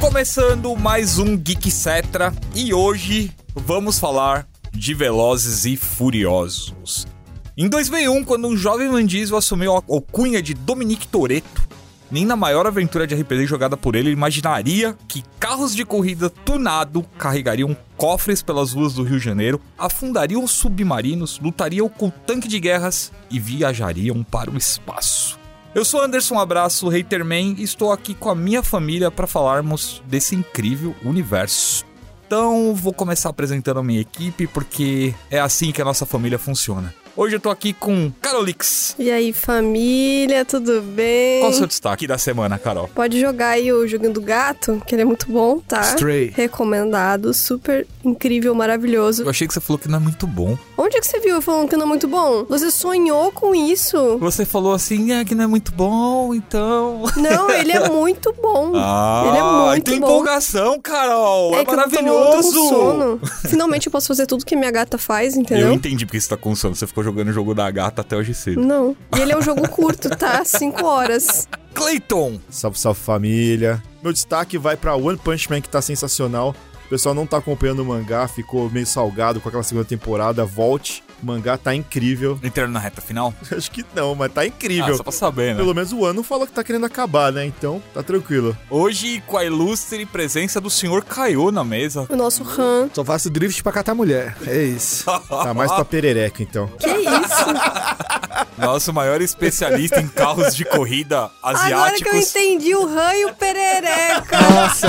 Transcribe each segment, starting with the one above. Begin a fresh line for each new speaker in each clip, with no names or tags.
Começando mais um Geek Cetra e hoje vamos falar de Velozes e Furiosos. Em 2001, quando um jovem Van Diesel assumiu a alcunha de Dominique Toretto, nem na maior aventura de RPG jogada por ele, ele imaginaria que carros de corrida tunado carregariam cofres pelas ruas do Rio de Janeiro, afundariam submarinos, lutariam com tanque de guerras e viajariam para o espaço. Eu sou Anderson um Abraço, Haterman, e estou aqui com a minha família para falarmos desse incrível universo. Então, vou começar apresentando a minha equipe, porque é assim que a nossa família funciona. Hoje eu tô aqui com Carolix.
E aí, família, tudo bem?
Qual o seu destaque da semana, Carol?
Pode jogar aí o Joguinho do Gato, que ele é muito bom, tá?
Stray.
Recomendado, super incrível, maravilhoso.
Eu achei que você falou que não é muito bom.
Onde é que você viu eu falando que não é muito bom? Você sonhou com isso?
Você falou assim, é que não é muito bom, então.
Não, ele é muito bom.
Ah,
ele é muito
tem
bom.
empolgação, Carol! É,
que eu tô- eu tô com
maravilhoso!
sono. Finalmente eu posso fazer tudo que minha gata faz, entendeu?
Eu entendi porque você tá com sono. Você ficou jogando o jogo da gata até hoje cedo.
Não. E ele é um jogo curto, tá? Cinco horas.
Clayton!
Salve, salve família. Meu destaque vai pra One Punch Man, que tá sensacional. O pessoal não tá acompanhando o mangá, ficou meio salgado com aquela segunda temporada. Volte, o mangá tá incrível.
Entrando na reta final?
Ah,
Acho que não, mas tá
Ah,
incrível.
só pra saber, né?
Pelo menos o ano falou que tá querendo acabar, né? Então, tá tranquilo.
Hoje, com a ilustre presença do senhor Caiô na mesa.
O nosso Han.
Só faço drift pra catar mulher. É isso.
Tá mais pra perereca, então.
Que isso?
Nosso maior especialista em carros de corrida
Agora que eu
asiáticos.
entendi o Han e o perereca.
Nossa,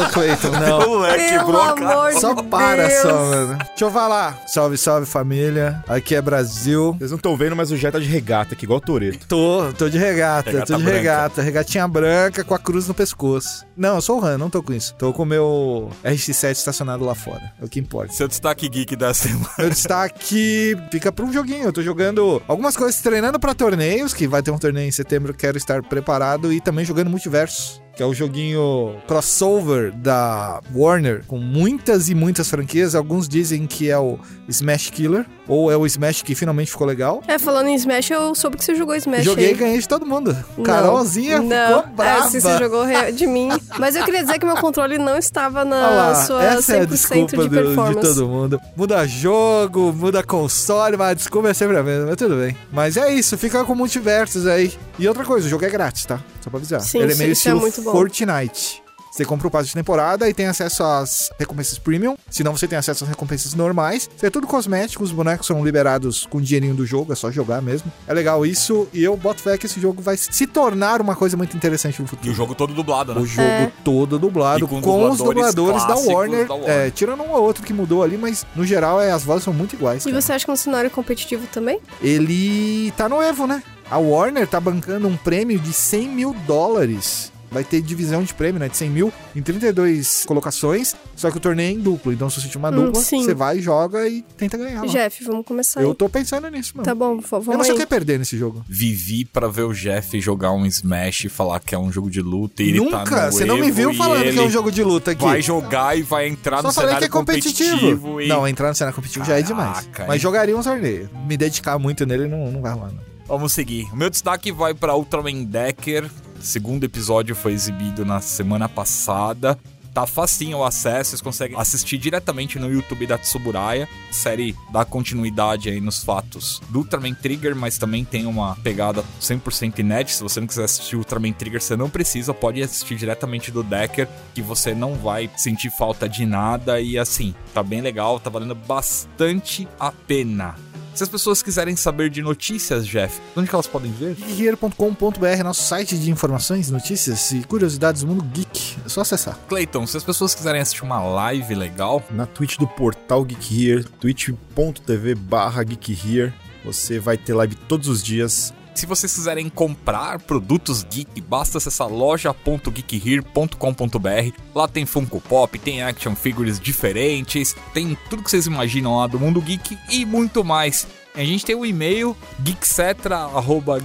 ô Cleiton, não.
Moleque,
Pelo
quebrou a cara.
amor de
Só para
Deus.
só, mano. Deixa eu falar. Salve, salve família. Aqui é Brasil.
Vocês não estão vendo, mas o Jet tá de regata aqui, igual o Toreto.
Tô, tô de regata,
Regata
tô de
branca.
regata, regatinha branca com a cruz no pescoço. Não, eu sou o Han, não tô com isso. Tô com o meu RX7 estacionado lá fora. É o que importa.
Seu destaque geek da semana.
Meu destaque "Tá fica pra um joguinho. Eu tô jogando algumas coisas, treinando pra torneios, que vai ter um torneio em setembro, quero estar preparado, e também jogando Multiverso. Que é o joguinho crossover da Warner, com muitas e muitas franquias. Alguns dizem que é o Smash Killer, ou é o Smash que finalmente ficou legal.
É, falando em Smash, eu soube que você jogou Smash
Joguei e
aí.
ganhei de todo mundo.
Não.
Carolzinha ficou
É,
brava.
assim, você jogou re- de mim. Mas eu queria dizer que meu controle não estava na
Olha lá,
sua
essa é a
100%
desculpa
de
do-
performance.
de todo mundo. Muda jogo, muda console, mas a desculpa é sempre a mesma, mas tudo bem. Mas é isso, fica com multiversos aí. E outra coisa, o jogo é grátis, tá? Só pra avisar.
Sim,
Ele é
sim,
meio
isso é
estilo
muito bom.
Fortnite. Você compra o passo de temporada e tem acesso às recompensas premium. Senão você tem acesso às recompensas normais. Isso é tudo cosmético, os bonecos são liberados com o dinheirinho do jogo, é só jogar mesmo. É legal isso, e eu boto fé que esse jogo vai se tornar uma coisa muito interessante no
E
futuro.
o jogo todo dublado, né?
O jogo
É.
todo dublado,
E com
com, os
dubladores
dubladores da
clássicos
Warner.
da Warner.
É, tirando um ou outro que mudou ali, mas no geral é, as vozes são muito iguais.
E
cara.
você acha que é um cenário competitivo também?
Ele tá no Evo, né? A Warner tá bancando um prêmio de 100 mil dólares. Vai ter divisão de prêmio, né? De 100 mil em 32 colocações. Só que o torneio é em duplo. Então, se você tiver uma
Hum,
dupla,
sim.
você vai, joga e tenta ganhar. lá.
Jeff, vamos começar
Eu
aí.
tô pensando nisso, mano.
Tá bom, v-
eu não
vamos
sei
aí.
o que é perder nesse jogo.
Vivi pra ver o Jeff jogar um Smash e falar que é um jogo de luta. E ele tá
Nunca!
no
você não me
Evo
viu
e
falando que é
ele
um jogo de luta aqui.
Vai jogar e vai entrar
Só
no
falei
cenário
que é competitivo.
e-
Não, entrar no cenário competitivo já é demais.
Caraca, hein?
Mas jogaria um torneio. Me dedicar muito nele não, não vai rolar, não.
Vamos seguir. O meu destaque vai pra Ultraman Decker. O segundo episódio foi exibido na semana passada. Tá facinho o acesso, vocês conseguem assistir diretamente no YouTube da Tsuburaya. A série dá continuidade aí nos fatos do Ultraman Trigger, mas também tem uma pegada 100% inédita. Se você não quiser assistir Ultraman Trigger, você não precisa, pode assistir diretamente do Decker, que você não vai sentir falta de nada. E assim, tá bem legal, tá valendo bastante a pena. Se as pessoas quiserem saber de notícias, Jeff, onde que elas podem ver?
geekguerreiro.com.br, é nosso site de informações, notícias e curiosidades do mundo geek. É só acessar.
Clayton, se as pessoas quiserem assistir uma live legal,
Na Twitch do portal Geek Here, twitch.tv barra Geek Here. Você vai ter live todos os dias,
se vocês quiserem comprar produtos geek, basta acessar loja.geekhere.com.br. Lá tem Funko Pop, tem action figures diferentes, tem tudo que vocês imaginam lá do mundo geek e muito mais. A gente tem o e-mail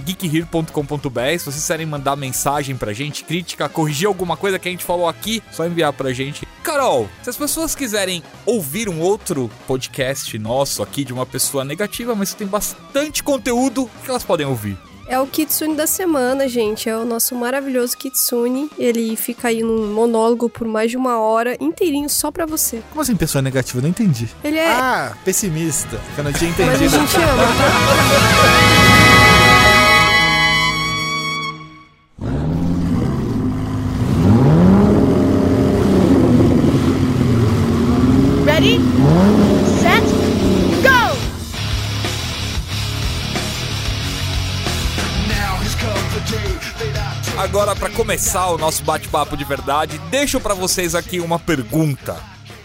geekcetra.geekhere.com.br. Se vocês quiserem mandar mensagem pra gente, crítica, corrigir alguma coisa que a gente falou aqui, só enviar pra gente. Carol, se as pessoas quiserem ouvir um outro podcast nosso aqui de uma pessoa negativa, mas que tem bastante conteúdo, o que elas podem ouvir?
É o Kitsune da semana, gente. É o nosso maravilhoso Kitsune. Ele fica aí num monólogo por mais de uma hora inteirinho só pra você.
Como assim pessoa negativa? Não entendi.
Ele é.
Ah, pessimista. Eu não tinha
mas a
entendido.
gente ama, tá?
Ready, set, go!
Agora, pra começar o nosso bate-papo de verdade, deixo pra vocês aqui uma pergunta.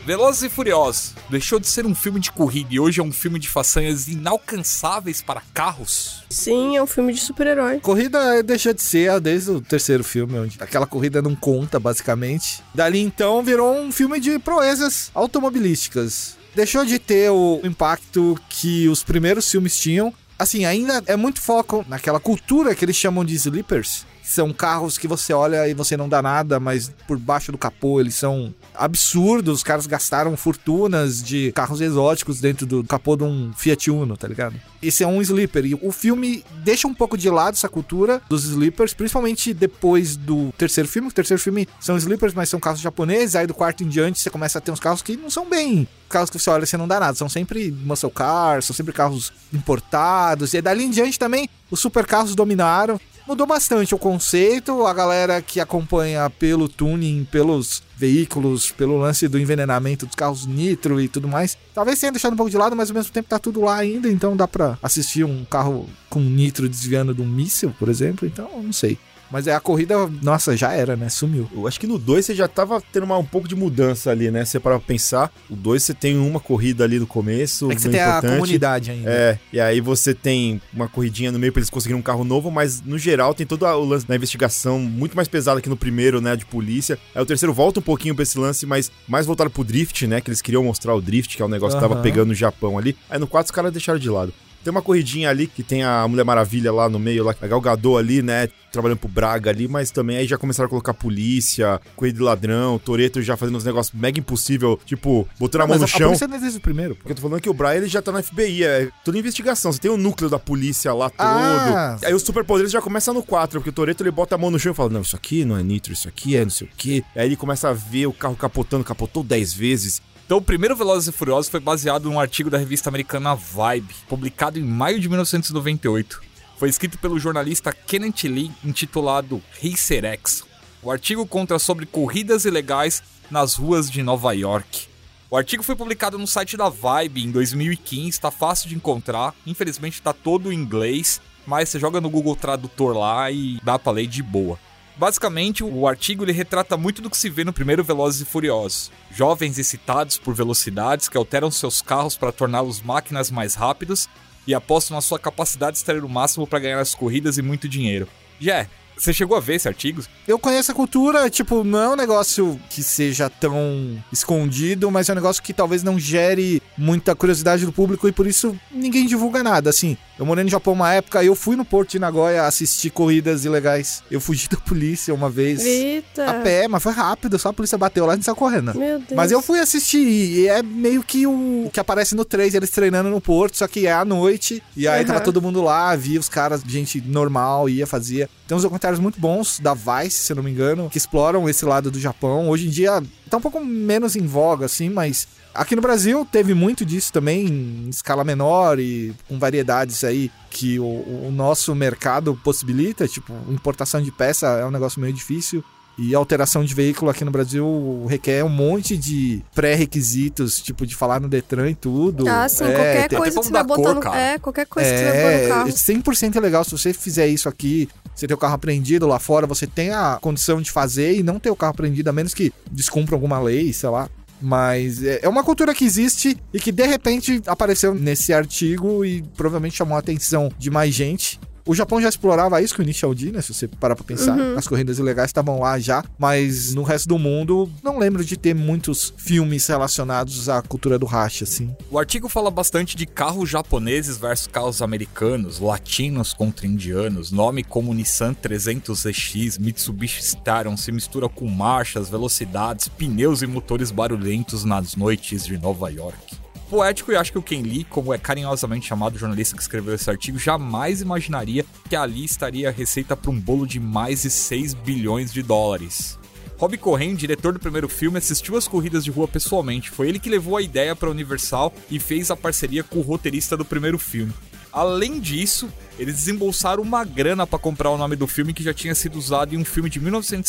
Velozes e Furiosos deixou de ser um filme de corrida e hoje é um filme de façanhas inalcançáveis para carros?
Sim, é um filme de super-herói.
Corrida deixa de ser ah, desde o terceiro filme, onde aquela corrida não conta, basicamente. Dali então virou um filme de proezas automobilísticas. Deixou de ter o impacto que os primeiros filmes tinham. Assim, ainda é muito foco naquela cultura que eles chamam de sleepers. que São carros que você olha e você não dá nada, mas por baixo do capô eles são absurdos. Os caras gastaram fortunas de carros exóticos dentro do capô de um Fiat Uno, tá ligado? Esse é um sleeper. E o filme deixa um pouco de lado essa cultura dos sleepers, principalmente depois do terceiro filme. O terceiro filme são sleepers, mas são carros japoneses. Aí do quarto em diante você começa a ter uns carros que não são bem. Carros que você olha e você não dá nada. São sempre muscle cars, são sempre carros importados. E dali em diante também os super carros dominaram. Mudou bastante o conceito, a galera que acompanha pelo tuning, pelos veículos, pelo lance do envenenamento dos carros nitro e tudo mais. Talvez tenha deixado um pouco de lado, mas ao mesmo tempo tá tudo lá ainda, então dá pra assistir um carro com nitro desviando de um míssil, por exemplo, então eu não sei. Mas é a corrida, nossa, já era, né? Sumiu.
Eu acho que no 2 você já tava tendo uma, um pouco de mudança ali, né? Você para pra pensar, o 2 você tem uma corrida ali no começo,
É que você
bem
tem a
importante.
comunidade ainda.
É, e aí você tem uma corridinha no meio pra eles conseguirem um carro novo, mas no geral tem todo o lance da investigação muito mais pesada que no primeiro, né, de polícia. Aí o terceiro volta um pouquinho pra esse lance, mas mais voltado pro drift, né, que eles queriam mostrar o drift, que é um negócio que tava
Aham.
pegando no Japão ali. Aí no 4 os caras deixaram de lado. Tem uma corridinha ali que tem a Mulher Maravilha lá no meio, lá, a Galgador ali, né? Trabalhando pro Braga ali, mas também aí já começaram a colocar polícia, corrida de ladrão, Toreto já fazendo uns negócios mega impossível, tipo, botando a mão
Mas
no
a- A
chão.
polícia não existe o primeiro.
Porque eu tô falando que o Brian ele já tá na FBI, é toda investigação. Você tem o núcleo da polícia lá todo.
Ah.
Aí os superpoderes já começa no 4, porque o Toreto ele bota a mão no chão e fala: Não, isso aqui não é nitro, isso aqui é não sei o quê. Aí ele começa a ver o carro capotando, capotou 10 vezes.
Então, o primeiro Velozes e Furiosos foi baseado num artigo da revista americana Vibe, publicado em maio de 1998. Foi escrito pelo jornalista Kenneth Lee, intitulado Racer X. O artigo conta sobre corridas ilegais nas ruas de Nova York. O artigo foi publicado no site da Vibe em 2015, está tá fácil de encontrar, infelizmente está todo em inglês, mas você joga no Google Tradutor lá e dá pra ler de boa. Basicamente, o artigo ele retrata muito do que se vê no primeiro Velozes e Furiosos. Jovens excitados por velocidades que alteram seus carros para torná-los máquinas mais rápidos e apostam na sua capacidade de extrair o máximo para ganhar as corridas e muito dinheiro. Já, você chegou a ver esse artigo?
Eu conheço a cultura, tipo, não é um negócio que seja tão escondido, mas é um negócio que talvez não gere muita curiosidade do público e por isso ninguém divulga nada. Assim, eu morei no Japão uma época, eu fui no Porto de Nagoya assistir corridas ilegais. Eu fugi da polícia uma vez.
Eita.
A pé, mas foi rápido, só a polícia bateu lá e a gente saiu correndo.
Meu Deus.
Mas eu fui assistir e é meio que o que aparece no 3, eles treinando no Porto, só que é à noite. E aí
Aham.
tava todo mundo lá, via os caras, gente normal, ia, fazia. Tem uns documentários muito bons da Vice, se eu não me engano, que exploram esse lado do Japão. Hoje em dia tá um pouco menos em voga, assim, mas aqui no Brasil teve muito disso também, em escala menor e com variedades aí que o, o nosso mercado possibilita. Tipo, importação de peça é um negócio meio difícil. E alteração de veículo aqui no Brasil requer um monte de pré-requisitos, tipo de falar no Detran e tudo.
Ah, sim,
É,
qualquer
tem até
coisa que
como
você vai
dar cor,
botar no
cara.
É, qualquer coisa que você vai botar
é,
no carro.
100% legal se você fizer isso aqui, você ter o carro apreendido lá fora, você tem a condição de fazer e não ter o carro apreendido, a menos que descumpra alguma lei, sei lá. Mas é é uma cultura que existe e que de repente apareceu nesse artigo e provavelmente chamou a atenção de mais gente. O Japão já explorava isso com o Initial D, né? Se você parar pra pensar,
Uhum.
as corridas ilegais estavam lá já, mas no resto do mundo não lembro de ter muitos filmes relacionados à cultura do racha, assim.
O artigo fala bastante de carros japoneses versus carros americanos, latinos contra indianos, nome como Nissan 300ZX, Mitsubishi Staron se mistura com marchas, velocidades, pneus e motores barulhentos nas noites de Nova York. poético e acho que o Ken Lee, como é carinhosamente chamado o jornalista que escreveu esse artigo, jamais imaginaria que ali estaria a receita para um bolo de mais de 6 bilhões de dólares. Rob Corren, diretor do primeiro filme, assistiu as corridas de rua pessoalmente. Foi ele que levou a ideia para a Universal e fez a parceria com o roteirista do primeiro filme. Além disso, eles desembolsaram uma grana para comprar o nome do filme que já tinha sido usado em um filme de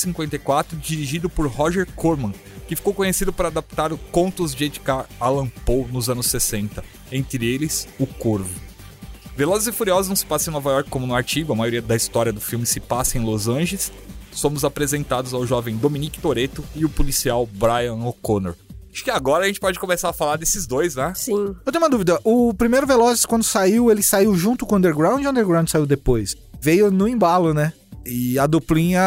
1954 dirigido por Roger Corman, que ficou conhecido por adaptar o contos de Edgar Allan Poe nos anos 60, entre eles O Corvo. Velozes e Furiosos não se passa em Nova York como no artigo, a maioria da história do filme se passa em Los Angeles. Somos apresentados ao jovem Dominique Toretto e o policial Brian O'Connor. Acho que agora a gente pode começar a falar desses dois, né?
Sim.
Eu tenho uma dúvida. O primeiro Velozes, quando saiu, ele saiu junto com o Underground ou o Underground saiu depois? Veio no embalo, né? E a duplinha,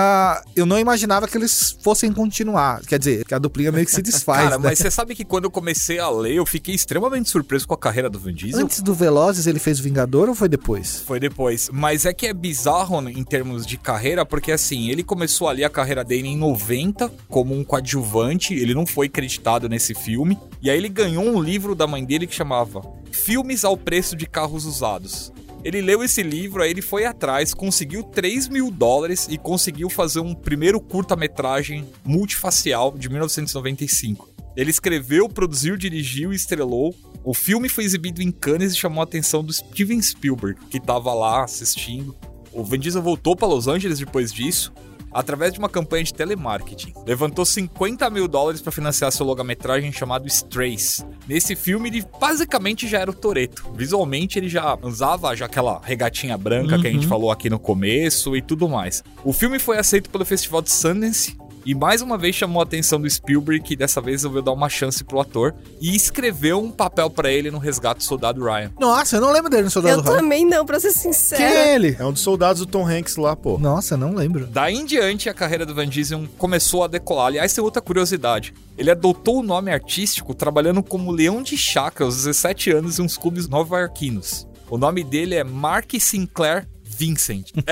eu não imaginava que eles fossem continuar. Quer dizer, que a duplinha meio que se desfaz.
Cara,
né?
mas você sabe que quando eu comecei a ler, eu fiquei extremamente surpreso com a carreira do Vin Diesel.
Antes do Velozes, ele fez o Vingador ou foi depois?
Foi depois. Mas é que é bizarro né, em termos de carreira, porque assim, ele começou ali a carreira dele em 90 como um coadjuvante, ele não foi creditado nesse filme. E aí ele ganhou um livro da mãe dele que chamava Filmes ao Preço de Carros Usados. Ele leu esse livro, aí ele foi atrás, conseguiu 3 mil dólares e conseguiu fazer um primeiro curta-metragem multifacial de 1995. Ele escreveu, produziu, dirigiu e estrelou. O filme foi exibido em Cannes e chamou a atenção do Steven Spielberg, que estava lá assistindo. O Vin Diesel voltou para Los Angeles depois disso, através de uma campanha de telemarketing. Levantou 50 mil dólares para financiar seu longa-metragem chamado Strays. Nesse filme, ele basicamente já era o Toreto. Visualmente, ele já usava já aquela regatinha branca que a gente falou aqui no começo e tudo mais. O filme foi aceito pelo Festival de Sundance e mais uma vez chamou a atenção do Spielberg, que dessa vez resolveu dar uma chance pro ator e escreveu um papel pra ele no Resgate do Soldado Ryan.
Nossa, eu não lembro dele no Soldado
Eu
Ryan.
também não, pra ser
Quem
sincera.
é ele?
É um dos soldados do Tom Hanks lá, pô.
Nossa, não lembro.
Daí em diante, a carreira do Van Diesel começou a decolar. Aliás, tem outra curiosidade. Ele adotou o nome artístico trabalhando como leão de chácara aos 17 anos em uns clubes nova-iorquinos. O nome dele é Mark Sinclair Vincent.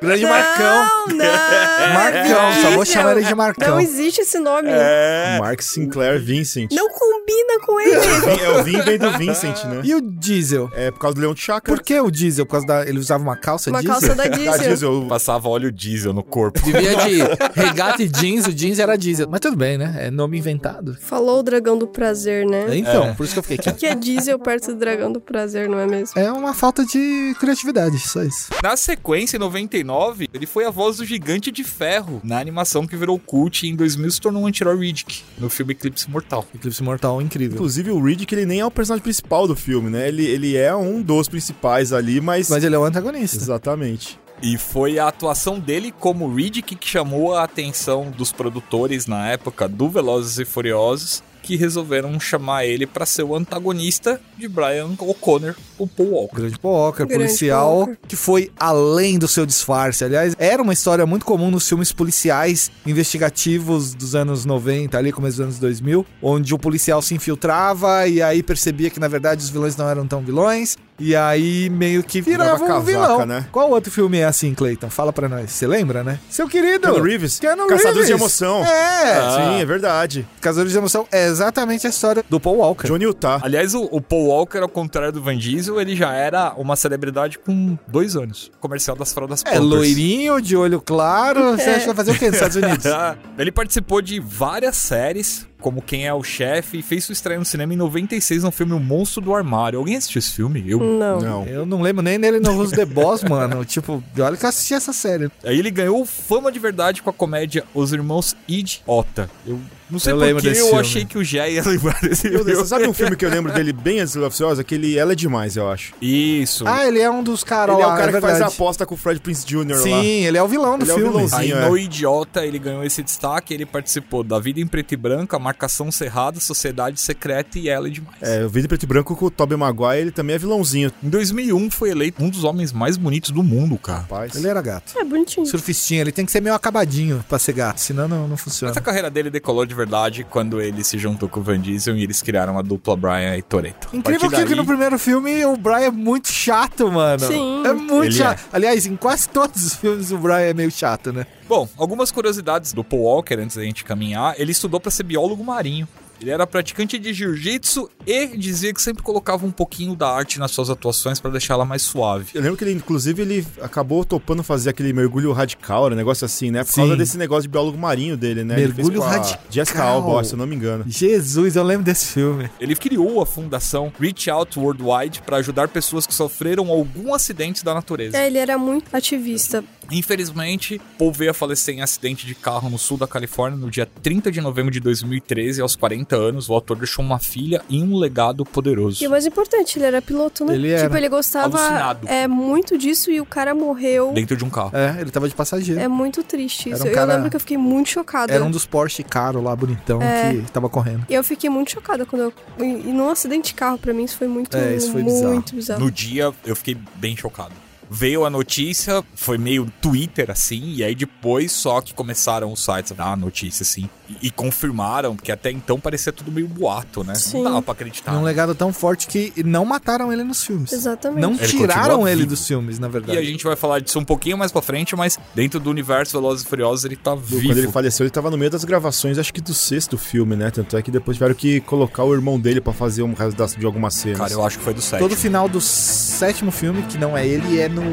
Grande
Não, não.
Marcão, só vou
Vinícius,
chamar ele de Marcão.
Não existe esse nome.
É.
Mark Sinclair Vincent.
Não combina com ele.
É o Vin vem do Vincent, né?
E o Diesel?
É por causa do Leão de Chakra.
Por que o Diesel? Por causa da... Ele usava uma calça
Uma
Diesel?
calça da
Ah,
Diesel.
Diesel.
Passava óleo diesel no corpo.
Vivia de regata e jeans, o jeans era diesel. Mas tudo bem, né? É nome inventado.
Falou o dragão do prazer, né?
Então, por isso que eu fiquei
O
quieto.
que é diesel perto do dragão do prazer, não é mesmo?
É uma falta de criatividade, só isso.
Na sequência, em 99, ele foi a voz do Gigante de Ferro na animação que virou cult e em 2000 se tornou um anti-herói Riddick no filme Eclipse Mortal.
Eclipse Mortal é incrível.
Inclusive, o Reed, que ele nem é o personagem principal do filme, né? Ele, ele é um dos principais ali, mas.
Mas ele é o antagonista.
Exatamente.
E foi a atuação dele como Riddick que chamou a atenção dos produtores na época do Velozes e Furiosos, que resolveram chamar ele para ser o antagonista de Brian O'Connor, o Paul Walker.
Grande Paul Walker,
Grande
policial,
Paul Walker.
que foi além do seu disfarce. Aliás, era uma história muito comum nos filmes policiais investigativos dos anos 90, ali começo dos anos 2000, onde o policial se infiltrava e aí percebia que, na verdade, os vilões não eram tão vilões. E aí meio que virava
Virava
um
casaca,
vilão.
né?
Qual outro filme é assim, Clayton? Fala pra nós. Você lembra, né? Seu querido...
Keanu Reeves.
Keanu
Caçadores de
Reeves.
Emoção.
É!
Ah.
Sim, é verdade.
Caçadores de Emoção é exatamente a história do Paul Walker.
Johnny Utah.
Aliás, o, o Paul Walker, ao contrário do Van Diesel, ele já era uma celebridade com dois anos. Comercial das fraldas
É loirinho, de olho claro. Você acha que vai fazer o quê nos Estados Unidos?
Ele participou de várias séries, como Quem é o Chefe, e fez sua estreia no cinema em 96 no filme O Monstro do Armário. Alguém assistiu esse filme? Eu.
Não.
Não.
Eu não lembro nem dele no Who's The Boss, mano. Tipo, olha que eu assisti essa série.
Aí ele ganhou fama de verdade com a comédia Os Irmãos Idiota. Eu não sei
Eu
por
lembro
que
desse
eu
filme.
achei que o Jé ia lembrar desse
Meu Deus,
filme.
você sabe um filme que eu lembro dele bem antes do Love Us? Aquele Ela é Demais, eu acho.
Isso.
Ah, ele é um dos caras
Ele é
lá,
o cara que faz a
verdade.
aposta com o Fred Prince Jr. lá.
Sim, ele é o vilão do
Ele é o
filme.
vilãozinho.
Aí
Sim, é.
no Idiota ele ganhou esse destaque, ele participou da Vida em Preto e Branco, a Marcação Cerrada, Sociedade Secreta e Ela é Demais.
É, o Vida em Preto e Branco com o Tobey Maguire, ele também é vilãozinho,
Em 2001 foi eleito um dos homens mais bonitos do mundo, cara.
rapaz.
Ele era gato.
É bonitinho.
Surfistinha, ele tem que ser meio acabadinho pra ser gato, senão não, não
Essa
funciona.
carreira dele decolou de verdade quando ele se juntou com o Van Diesel e eles criaram a dupla Brian e Toretto. A
Incrível
partir
que, que no
daí-
primeiro filme o Brian é muito chato, mano.
Sim.
É muito
Ele
chato. Aliás, em quase todos os filmes o Brian é meio chato, né?
Bom, algumas curiosidades do Paul Walker antes da gente caminhar. Ele estudou pra ser biólogo marinho. Ele era praticante de jiu-jitsu e dizia que sempre colocava um pouquinho da arte nas suas atuações pra deixá-la mais suave.
Eu lembro que ele, inclusive, ele acabou topando fazer aquele mergulho radical, era um negócio assim, né? Por causa
Sim.
desse negócio de biólogo marinho dele, né? ele
Mergulho
com a
radical.
Jessica Alba, ó, se eu não me engano.
Jesus, eu lembro desse filme.
Ele criou a fundação Reach Out Worldwide para ajudar pessoas que sofreram algum acidente da natureza.
É, ele era muito ativista.
Infelizmente, Paul veio a falecer em acidente de carro no sul da Califórnia no dia 30 de novembro de 2013, aos 40 anos. O autor deixou uma filha e um legado poderoso.
E o mais importante, ele era piloto, né?
Ele
tipo,
era
ele gostava
alucinado.
é, muito disso e o cara morreu.
Dentro de um carro.
É, ele tava de passageiro.
É muito triste
Era
isso.
um cara-
Eu lembro que eu fiquei muito chocada.
Era um dos Porsche caro lá, bonitão,
É.
que tava correndo.
Eu fiquei muito chocada quando eu. E e num acidente de carro, pra mim, isso foi muito,
É, isso foi
muito bizarro.
No dia, eu fiquei bem chocado. Veio a notícia, foi meio Twitter assim, e aí depois só que começaram os sites a dar a notícia assim. E, e confirmaram, porque até então parecia tudo meio boato, né?
Sim.
Não dava pra acreditar.
E um legado tão forte que não mataram ele nos filmes.
Exatamente.
Não
Ele
tiraram
continua
ele
vivo.
dos filmes, na
E
verdade.
a gente vai falar disso um pouquinho mais pra frente, mas dentro do universo Velozes e Furiosos ele tá vivo.
Quando ele faleceu, ele tava no meio das gravações, acho que do sexto filme, né? Tanto é que depois tiveram que colocar o irmão dele pra fazer um resto das- de algumas cenas.
Cara, eu acho que foi do né? sétimo.
Todo final do sétimo filme, que não é ele, é no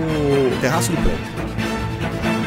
Terraço do Prédio.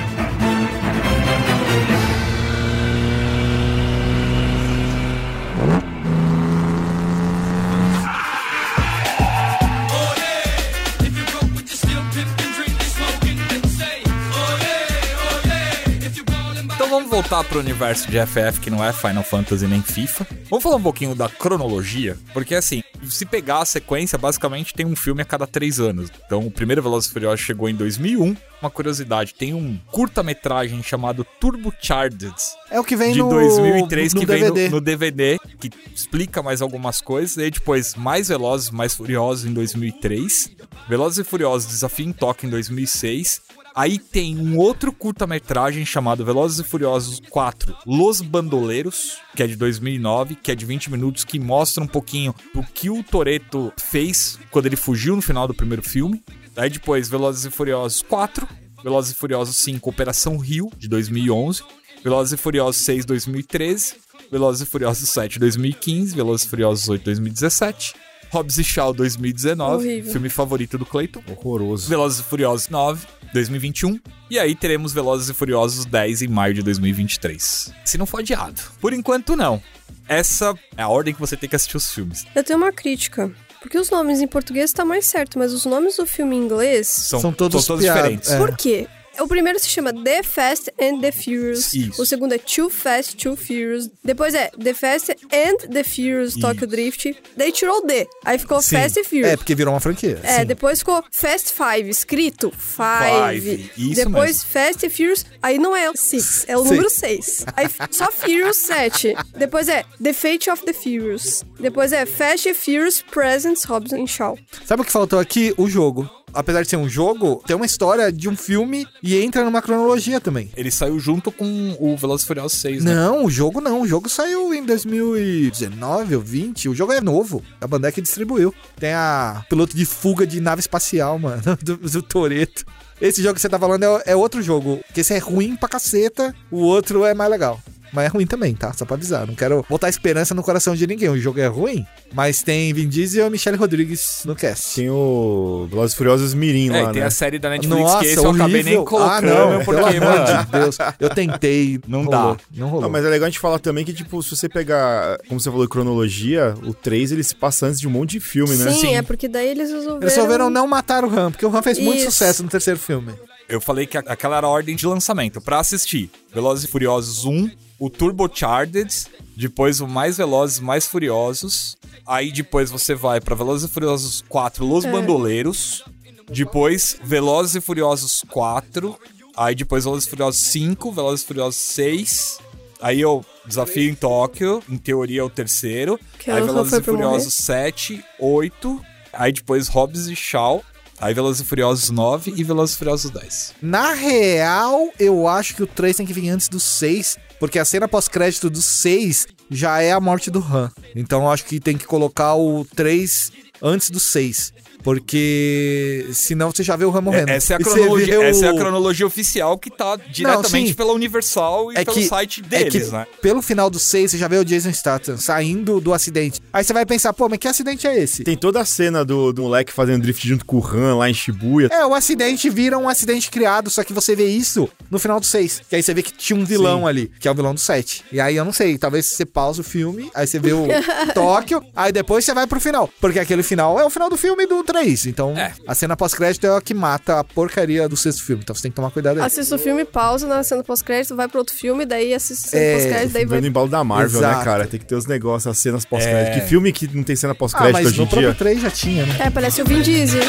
Então vamos voltar pro universo de FF, que não é Final Fantasy nem FIFA. Vamos falar um pouquinho da cronologia, porque assim, se pegar a sequência, basicamente tem um filme a cada três anos. Então o primeiro Velozes e Furiosos chegou em 2001. Uma curiosidade, tem um curta-metragem chamado Turbo Charged,
É o que vem
de
no
2003
no
que
DVD.
vem no, no DVD, que explica mais algumas coisas. E depois, mais Velozes, mais Furiosos em 2003. Velozes e Furiosos, Desafio em Tóquio em 2006. Aí tem um outro curta-metragem chamado Velozes e Furiosos 4, Los Bandoleiros, que é de 2009, que é de 20 minutos, que mostra um pouquinho do que o Toreto fez quando ele fugiu no final do primeiro filme. Aí depois, Velozes e Furiosos 4, Velozes e Furiosos 5, Operação Rio, de 2011. Velozes e Furiosos 6 2013, Velozes e Furiosos 7 2015, Velozes e Furiosos 8 2017, Hobbs e Shaw 2019,
Horrível.
filme favorito do Clayton,
Horroroso.
Velozes e Furiosos 9 2021, e aí teremos Velozes e Furiosos 10 em maio de 2023. Se não for adiado. Por enquanto, não. Essa é a ordem que você tem que assistir os filmes.
Eu tenho uma crítica. Porque os nomes em português tá mais certo, mas os nomes do filme em inglês.
São,
São todos
são todos
piada,
diferentes.
é.
Por quê? O primeiro se chama The Fast and the Furious.
Isso.
O segundo é Too Fast, Too Furious. Depois é The Fast and the Furious Tokyo
Isso.
Drift. Daí tirou o D. Aí ficou
Sim.
Fast and Furious.
É, porque virou uma franquia.
É,
sim.
depois ficou Fast Five, escrito Five.
Five, isso
depois
mesmo.
Fast and Furious, aí não é o Six, é o
Sim.
número seis. Aí f- só Furious 7. Depois é The Fate of the Furious. Depois é Fast and Furious Presents Hobbs and Shaw.
Sabe o que faltou aqui? O jogo. Apesar de ser um jogo, tem uma história de um filme e entra numa cronologia também.
Ele saiu junto com o Velozes e Furiosos 6, né?
Não, o jogo não. O jogo saiu em 2019 ou 20. O jogo é novo. A Bandai que distribuiu. Tem a piloto de fuga de nave espacial, mano, do, do Toreto. Esse jogo que você tá falando é, é outro jogo. Porque esse é ruim pra caceta, o outro é mais legal. Mas é ruim também, tá? Só pra avisar. Não quero botar esperança no coração de ninguém. O jogo é ruim, mas tem Vin Diesel e Michelle Rodrigues no cast.
Tem o Velozes e Furiosos Mirim
É,
lá,
e tem
né?
a série da Netflix que esse eu acabei
horrível.
nem colocando,
ah, não,
porque,
pelo amor
mano,
de Deus. Eu tentei.
Não
rolou,
dá.
Não rolou.
Não, mas é legal a gente falar também que, tipo, se você pegar, como você falou, cronologia, o 3 ele se passa antes de um monte de filme, né?
Sim, é porque daí eles resolveram.
Eles resolveram não matar o Ram, porque o Ram fez muito
Isso.
sucesso no terceiro filme.
Eu falei que a- aquela era a ordem de lançamento. Pra assistir, Velozes e Furiosos 1, o Turbo Charged, depois o Mais Velozes, Mais Furiosos. Aí depois você vai pra Velozes e Furiosos 4, Los Bandoleiros. Depois, Velozes e Furiosos 4. Aí depois, Velozes e Furiosos 5, Velozes e Furiosos 6. Aí eu desafio em Tóquio, em teoria é o terceiro.
Que
aí
ano que
Velozes
foi
e
pra eu morrer?
Furiosos 7, 8. Aí depois Hobbs e Shaw. Aí Velozes e Furiosos 9 e Velozes e Furiosos 10.
Na real, eu acho que o 3 tem que vir antes do 6, porque a cena pós-crédito do 6 já é a morte do Han. Então eu acho que tem que colocar o 3 antes do 6. Porque senão você já vê o ramo morrendo.
É- Essa é, a
E você
cronologia,
vê o-
essa é a cronologia oficial que tá diretamente
sim.
pela Universal e
É
pelo
que-
site
É que
deles, né?
pelo final do 6, você já vê o Jason Statham saindo do acidente. Aí você vai pensar, pô, mas que acidente é esse?
Tem toda a cena do, do moleque fazendo drift junto com o Han lá em Shibuya.
É, o acidente vira um acidente criado, só que você vê isso no final do 6. Que aí você vê que tinha um vilão ali, que é o vilão do 7. E aí eu não sei, talvez você pausa o filme, aí você vê o Tóquio, aí depois você vai pro final. Porque aquele final é o final do filme do 3. Então
É.
a cena pós-crédito é a que mata a porcaria do sexto filme. Então você tem que tomar cuidado aí.
Assista o filme, pausa na cena pós-crédito, vai pro outro filme, daí assiste a cena
É,
pós-crédito, daí vai
Vendo embalo da Marvel, né,
Exato.
cara? Tem que ter os negócios, as cenas pós-crédito.
É.
Que filme que não tem cena
Ah,
pós-crédito
mas
hoje
no
em
próprio
dia?
3 já tinha, né?
É, parece o Vin Diesel.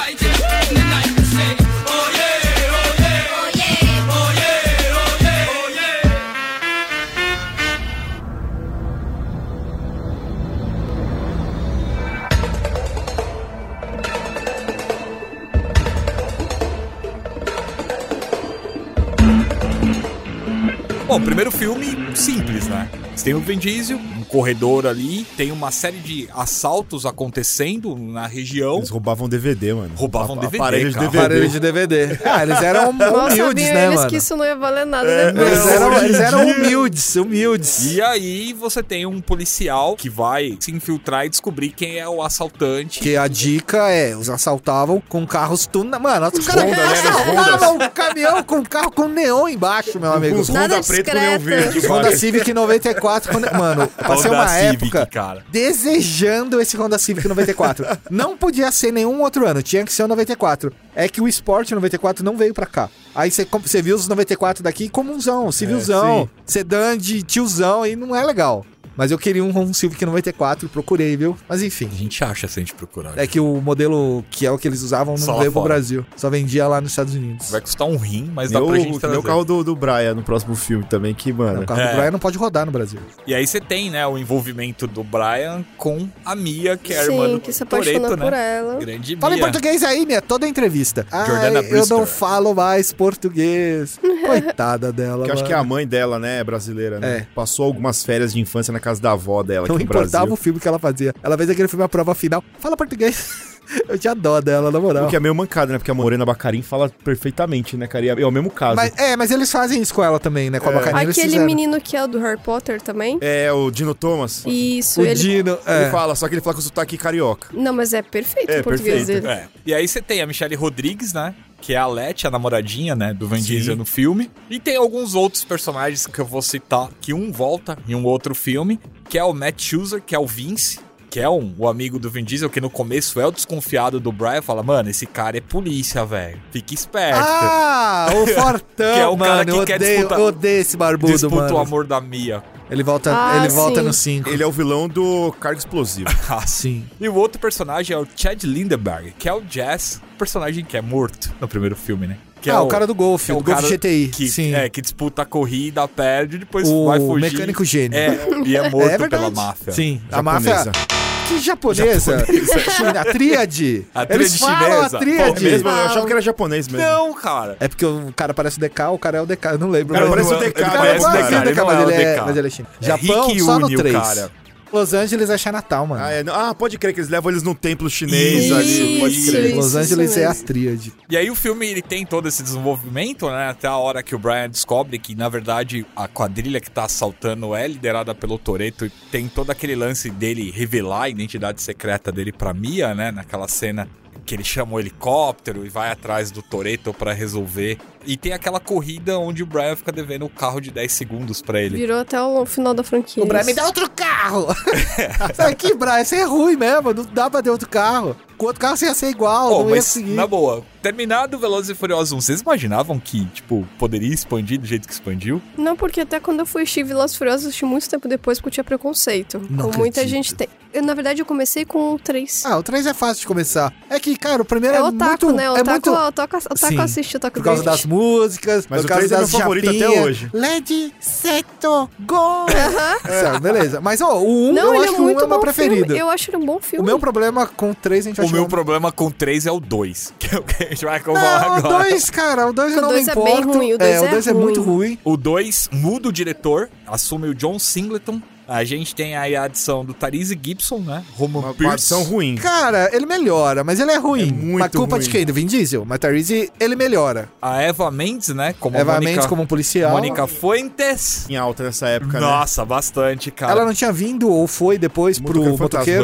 Bom, primeiro filme simples, né? Você tem o Vin Diesel, um corredor ali, tem uma série de assaltos acontecendo na região.
Eles roubavam DVD, mano.
Roubavam
A-
DVD,
Aparelho de
cara.
DVD.
Aparelho de DVD. Ah, eles eram
Nossa,
humildes,
sabiam
né,
eles
mano? É,
que isso não ia valer nada depois.
Eles
Não,
eram,
hoje em
eles eram
dia-
humildes, humildes.
E aí você tem um policial que vai se infiltrar e descobrir quem é o assaltante.
Que a dica é, os assaltavam com carros tuna. Mano, os caras
Honda, né? Os
assaltavam um caminhão com um carro com neon embaixo, meu amigo.
Os Honda
Nada
preto com nenhum
discreto.
verde.
Honda
vários.
Civic 94. quando- Mano, eu passei
Honda
uma
Civic,
época
cara.
desejando esse Honda Civic 94. Não podia ser nenhum outro ano, tinha que ser o 94. É que o Sport 94 não veio pra cá. Aí você comp- você viu os 94 daqui
É,
comunzão, civilzão, sedã de tiozão, e não é legal. Mas eu queria um Honda Civic 94, procurei, viu? Mas enfim.
A gente acha se a gente procurar.
É que o modelo que é o que eles usavam
Só
não
lá
veio pro
fora.
Brasil. Só vendia lá nos Estados Unidos.
Vai custar um rim, mas dá pra gente
Meu,
trazer.
meu carro do, do Brian no próximo filme também, que,
Não, Então, o
mano.
carro
É.
do Brian não pode rodar no Brasil.
E aí você tem, né, o envolvimento do Brian com a Mia, que é a irmã
Sim,
do
que se apaixona
Toreto,
por
né?
ela.
Grande
Fala em
Mia.
português aí, minha. Toda entrevista. Ai,
Jordana
eu
Brewster.
não falo mais português. Coitada dela,
Que eu acho que é
mano.
a mãe dela, né, é brasileira, né?
É.
Passou algumas férias de infância na casa da avó dela
Não
aqui no
importava
Brasil.
o filme que ela fazia. Ela fez aquele filme A Prova Final. Fala português. eu tinha dó dela, na moral.
O que é meio mancado, né? Porque a Morena Bacarim fala perfeitamente, né, cara? E é é o mesmo caso.
Mas, é, mas eles fazem isso com ela também, né? Com a
É.
bacaninha eles
Aquele
fizeram.
menino que é o do Harry Potter também.
É o Dino Thomas.
Isso,
O
ele.
Dino.
Ele
É.
fala, só que ele fala com sotaque carioca.
Não, mas é perfeito
É,
o português
perfeito.
dele.
É. E aí você tem a Michelle Rodrigues, né? Que é a Leti, a namoradinha, né? Do Van Diesel no filme. E tem alguns outros personagens que eu vou citar, que um volta em um outro filme, que é o Matt Schuser, que é o Vince, que é um, o amigo do Vin Diesel, que no começo é o desconfiado do Brian, fala, mano, esse cara é polícia, velho. Fica esperto.
Ah, o Fortão,
Que é o
mano.
cara que
eu
quer
odeio,
disputar-
eu odeio esse barbudo,
Disputa
mano.
o amor da Mia.
Ele volta,
Ah,
ele volta
sim.
no 5.
Ele é o vilão do Cargo Explosivo.
Ah,
Sim.
E o outro personagem é o Chad Lindenberg, que é o Jazz, personagem que é morto no primeiro filme, né? Que
ah, o, cara do golfe,
que é
o,
o
golfe
cara
GTI.
que,
sim.
é, que disputa a corrida, perde, depois
O
vai fugir.
mecânico gênio.
É, e é morto pela máfia.
Sim, a
Japonesa.
máfia. Que japonesa? China, a tríade.
A tríade
Eles falam
chinesa.
a
É
tríade.
mesmo, eu achava que era japonês mesmo.
Não, cara.
É porque o cara parece o DK, o cara é o DK, eu não lembro.
Cara,
mas-
parece o
não é-
DK,
ele
Cara,
parece
eu
o
o
não
DK,
sei
ele
DK,
não
mas ele
é
é,
o DK.
mas ele é chinês.
É
Japão,
Rick
só no
Unio,
3.
cara.
Los Angeles é Natal, mano.
Ah, é, não- ah, pode crer que eles levam eles num templo chinês ali. Pode
Isso,
crer.
isso,
Los
isso
Angeles é a
mesmo.
tríade.
E aí o filme ele tem todo esse desenvolvimento, né? Até a hora que o Brian descobre que, na verdade, a quadrilha que tá assaltando é liderada pelo Toreto e tem todo aquele lance dele revelar a identidade secreta dele pra Mia, né? Naquela cena que ele chama o helicóptero e vai atrás do Toreto pra resolver. E tem aquela corrida onde o Brian fica devendo o carro de 10 segundos pra ele.
Virou até o final da franquia.
O Brian me dá outro carro! Sabe que, Brian, isso é ruim mesmo, não dá pra ter outro carro. Com outro carro você ia ser igual,
Pô,
não ia
mas
seguir.
na boa, terminado Velozes e Furiosos 1, vocês imaginavam que, tipo, poderia expandir do jeito que expandiu?
Não, porque até quando eu fui estive Las Furiosas, assisti muito tempo depois porque eu tinha preconceito.
Não
como muita
acredito.
gente tem. Eu, na verdade, eu comecei com o 3.
Ah, o 3 é fácil de começar. É que, cara, o primeiro
é
é,
o Otaku,
muito...
né? O
é
Otaku,
muito...
otaku, otaku
Sim.
assiste Otaku
Por causa
Drift.
das músicas,
Mas o
por causa
três é
das
meu favorito até
japinhas.
hoje.
Led, seto, go! Sabe, beleza. Mas, ó, o 1
Não,
eu
ele
acho
é
que o 1
muito
é o meu
bom
preferido.
filme. Eu acho ele um bom
O
filme.
meu problema com o 3 a gente vai
O meu
chegar-
problema com 3 é o 2, que é o que a gente vai falar
Tá um Não, o
agora.
2, cara, o 2 eu
O
não me
dois é bem
importo.
ruim, o dois
o
é
dois é muito ruim.
O 2 muda o diretor, assume o John Singleton, A gente tem aí a adição do Tariz Gibson, né?
Uma
Roman Pierce.
partição ruim.
Cara, ele melhora, mas ele é ruim.
É muito
Mas culpa de
ruim.
quem? Do Vin Diesel. Mas Tarizi, ele melhora.
A Eva Mendes, né? Como
Eva
a Mônica,
Mendes como um policial.
Mônica Fuentes.
Em alta nessa época, né?
Nossa, bastante, cara.
Ela não tinha vindo ou foi depois
Motoqueiro
pro motoqueiro.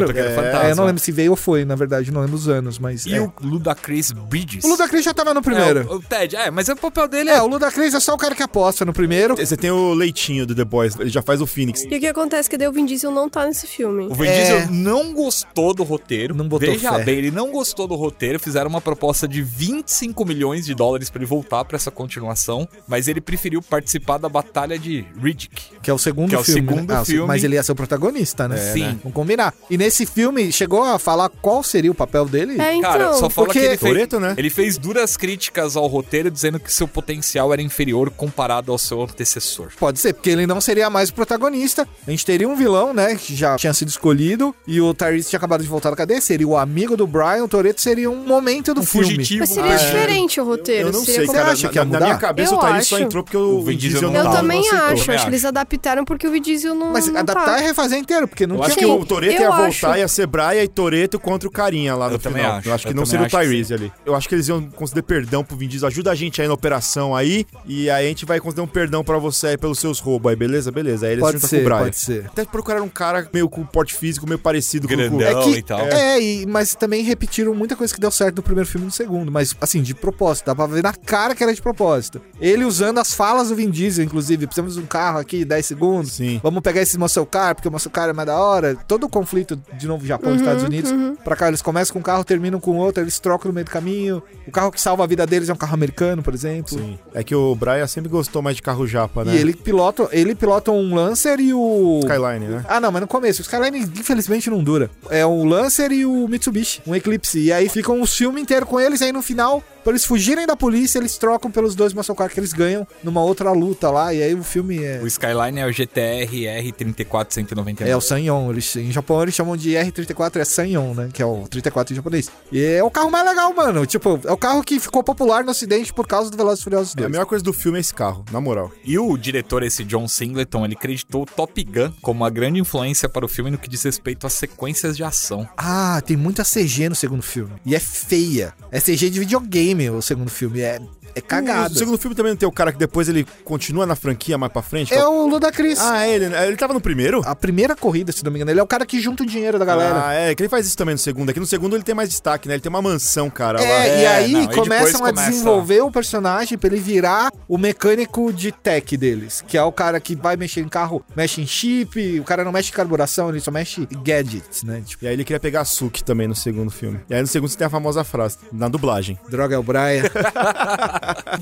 fantasma, motoqueiro
É,
fantasma.
eu não lembro se veio ou foi, na verdade, não lembro os anos, mas.
E
é.
o Ludacris Bridges.
O Ludacris já tava no primeiro.
É, o, o Ted, é, mas é o papel dele
É, o Ludacris é só o cara que aposta no primeiro.
Você tem o leitinho do The Boys, ele já faz o Phoenix.
E o que acontece é que daí o Vin Diesel não tá nesse filme.
O Vin
É.
Diesel não gostou do roteiro.
Não botou
Veja
fé.
bem, ele não gostou do roteiro. Fizeram uma proposta de 25 milhões de dólares pra ele voltar pra essa continuação, mas ele preferiu participar da batalha de Riddick.
Que é o segundo
Que é o
filme. né?
segundo
Ah,
filme.
Mas ele ia ser o protagonista, né?
É, Sim. né?
Vamos combinar. E nesse filme, chegou a falar qual seria o papel dele?
É, então.
Cara, só fala
porque-
que ele fez,
Toretto, né?
ele fez duras críticas ao roteiro, dizendo que seu potencial era inferior comparado ao seu antecessor.
Pode ser, porque ele não seria mais o protagonista. A gente teria um vilão, né? Que já tinha sido escolhido. E o Tyrese tinha acabado de voltar da cadeia. Seria o amigo do Brian. O Toreto seria um momento do
Um
filme.
fugitivo.
Mas seria
um perdido.
diferente o roteiro.
Eu não
seria
sei,
como-
Você
cara.
acha
na-
que ia
na, na minha
mudar?
cabeça,
Eu
o Tyrese só
acho.
entrou porque o Vin Diesel não
Eu
tava,
também
não aceitou.
acho,
Também
acho que eles
acho.
adaptaram porque o Vin Diesel não.
Mas
não
adaptar é
tá.
e refazer inteiro, porque não
Eu
tinha
acho
Sim,
que o Toreto ia
eu
voltar,
acho.
ia ser Brian e Toreto contra o Carinha lá no
Eu também
final.
acho,
Eu acho que
eu
não
também
seria o
acho que
Tyrese ali. Eu acho que eles iam conceder perdão pro Vin Diesel. Ajuda a gente aí na operação aí. E aí a gente vai conceder um perdão pra você aí pelos seus roubos aí, beleza? Beleza. Aí eles
Pode
juntam
ser,
com o Brian.
pode ser.
Até procuraram um cara meio com porte físico, meio parecido com o
Grandão.
É que,
e tal.
É, e- mas também repetiram muita coisa que deu certo no primeiro filme e no segundo. Mas, assim, de propósito. Dá pra ver na cara que era de propósito. Ele usando as falas do Vin Diesel, inclusive. Precisamos de um carro aqui, 10 segundos.
Sim.
Vamos pegar esse muscle car, porque o muscle car é mais da hora. Todo o conflito, de novo, Japão e Estados Unidos. Pra cá, eles começam com um carro, terminam com outro, eles trocam no meio do caminho. O carro que salva a vida deles é um carro americano, por exemplo.
Sim. É que o Brian sempre gostou mais de carro japa, né?
E ele pilota, ele pilota um Lancer e o...
Skyline, né?
Ah, não, mas no começo. O Skyline, infelizmente, não dura. É o Lancer e o Mitsubishi, um Eclipse. E aí ficam o filme inteiro com eles. E aí no final, pra eles fugirem da polícia, eles trocam pelos dois muscle car que eles ganham numa outra luta lá. E aí o filme é.
O Skyline é o GTR R34199.
É o Sanyon, eles, em Japão eles chamam de R34, é Sanyon, né? Que é o 34 em japonês. E é o carro mais legal, mano. Tipo, é o carro que ficou popular no ocidente por causa do Velozes e Furiosos
A
2.
melhor coisa do filme é esse carro, na moral.
E o diretor, esse John Singleton, ele creditou o Top Gun como uma grande influência para o filme no que diz respeito às sequências de ação.
Ah, tem muita CG no segundo filme. E é feia. É CG de videogame o segundo filme. É, é
O
cagado.
segundo filme também não tem o cara que depois ele continua na franquia mais pra frente? que
É o Ludacris.
Ah, ele, ele tava no primeiro?
a primeira corrida, se não me engano. Ele é o cara que junta o dinheiro da galera.
Ah, é, que ele faz isso também no segundo. Aqui no segundo ele tem mais destaque, né? Ele tem uma mansão, cara. lá.
é, e aí
não, e depois
começam a
começa-
desenvolver o personagem pra ele virar o mecânico de tech deles, que é o cara que vai mexer em carro, mexe em chip, o cara não mexe em carburação, ele só mexe em gadgets, né? Tipo,
E aí ele queria pegar a Suki também no segundo filme. E aí no segundo você tem a famosa frase, na dublagem.
droga é o Brian.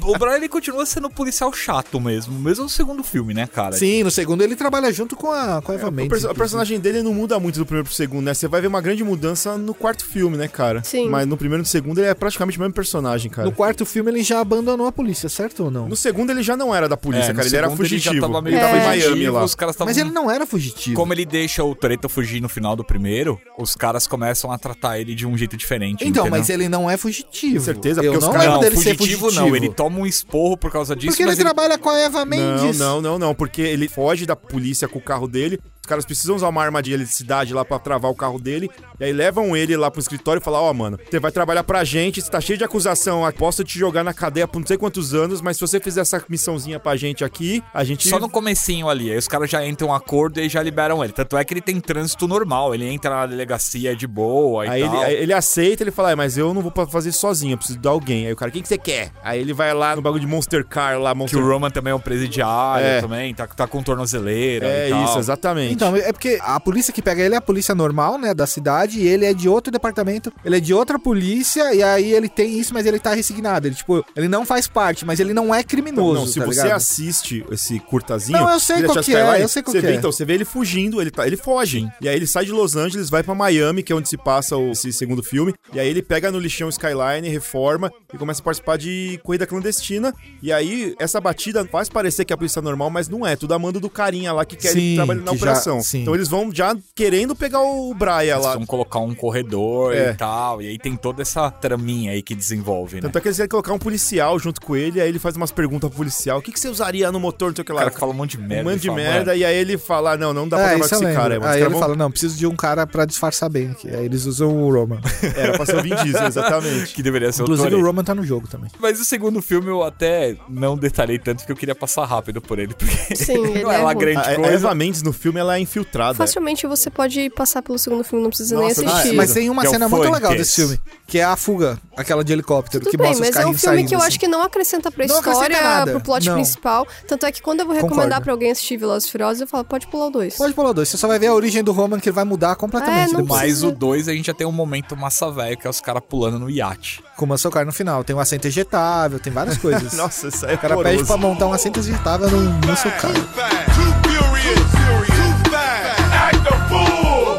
O Brian, ele continua sendo um policial chato mesmo, mesmo no segundo filme, né, cara?
Sim, no segundo ele trabalha junto com a, com a Eva
O,
Mendes.
perso- o
inclusive.
personagem dele não muda muito do primeiro pro segundo, né? Você vai ver uma grande mudança no quarto filme, né, cara?
Sim.
Mas no primeiro e no segundo ele é praticamente o mesmo personagem, cara.
No
No,
quarto filme ele já abandonou a polícia, certo ou não?
segundo ele já não era da polícia,
É, no
cara. Ele era
segundo
fugitivo.
Ele já tava meio
Ele tava
É.
em
fugitivo,
Miami lá.
Os caras tavam...
Mas ele não era fugitivo.
Como ele deixa o Toretto fugir no final do primeiro, os caras começam a tratar ele de um jeito diferente.
Então,
entendeu?
mas ele não é fugitivo.
Com certeza,
eu
porque os
não
caras-
lembro
Não,
dele
fugitivo,
ser fugitivo.
não. Ele toma um esporro por causa disso,
Porque ele
mas ele...
trabalha com a Eva Mendes.
Não, não, não, não, porque ele foge da polícia com o carro dele. Os caras precisam usar uma armadilha de cidade lá pra travar o carro dele. E aí levam ele lá pro escritório e falam: Ó, mano, você vai trabalhar pra gente, você tá cheio de acusação. ah, Posso te jogar na cadeia por não sei quantos anos, mas se você fizer essa missãozinha pra gente aqui, a gente.
Só no comecinho ali, aí os caras já entram em um acordo e já liberam ele. Tanto é que ele tem trânsito normal, ele entra na delegacia de boa e
Aí ele,
tal.
aí ele aceita, ele fala, "Ah, mas eu não vou pra fazer sozinho, eu preciso de alguém. Aí o cara, quem que você quer? Aí ele vai lá no bagulho de Monster Car lá,
Que
Monster
o Roman também é um presidiário,
É.
também, tá, tá com tornozeleira
É
e tal.
isso, exatamente.
Então, é porque a polícia que pega ele é a polícia normal, né, da cidade, e ele é de outro departamento, ele é de outra polícia, e aí ele tem isso, mas ele tá resignado. Ele, tipo, ele não faz parte, mas ele não é criminoso,
Não, se
tá
você
ligado?
assiste esse curtazinho.
Não, eu sei
ele
qual
assiste
que é,
Skyline,
eu sei qual
você
que
vê,
é.
Então, você vê ele fugindo, ele, tá- ele foge. E aí ele sai de Los Angeles, vai pra Miami, que é onde se passa o, esse segundo filme. E aí ele pega no lixão Skyline, reforma e começa a participar de corrida clandestina. E aí essa batida faz parecer que é a polícia normal, mas não é. Tudo a mando do carinha lá que quer ele
Sim,
trabalhando na
que já-
operação. ação.
Sim.
Então eles vão já querendo pegar o Brian
Eles
lá.
vão colocar um corredor
É.
e tal. E aí tem toda essa traminha aí que desenvolve, né?
Tanto é que eles querem colocar um policial junto com ele, aí ele faz umas perguntas pro policial: o que, que você usaria no motor, não sei o que
o
lá.
cara que fala um monte de merda.
um monte de
ele fala,
merda, e aí ele fala: não, não dá pra
é,
gravar
isso
com
eu
esse
lembro.
cara. mano, os
Aí
caras
ele
vão-
fala, não, preciso de um cara pra disfarçar bem aqui. Aí eles usam o Roman.
Era pra ser o Vin Diesel,
"Mano,
exatamente.
Que deveria ser
Inclusive
o
o
Toretto.
Roman tá no jogo também.
Mas o segundo filme eu até não detalhei tanto porque eu queria passar rápido por ele. Porque
Sim, ele
não é,
é
lá
ruim.
grande
A, a
coisa.
Eva Mendes no filme ela é infiltrada.
Facilmente você pode passar pelo segundo filme, não precisa
Nossa,
nem
não,
assistir.
é,
Mas tem uma
Que é o
cena muito legal desse
Fuentes.
filme, que é a fuga, aquela de helicóptero,
Tudo
que
bem,
mostra os
mas é um
carrinhos
filme
saindo,
que eu
assim.
acho que não acrescenta pra
Não acrescenta
história,
nada.
pro plot
Não.
principal. Tanto é que quando eu vou recomendar
Concordo.
pra alguém assistir Velozes e Furiosos, eu falo, pode pular o 2.
Pode pular dois. Você só vai ver a origem do Roman que vai mudar completamente
É, não
depois.
Mas
precisa.
o 2 a gente já tem um momento massa velho, que é os caras pulando no iate.
Com uma socar no final. Tem um assento ejetável, tem várias coisas.
Nossa, isso aí é
O cara pede pra montar um assento ejetável num, num socar.
Too fast. Too furious. Too fast. Act a fool.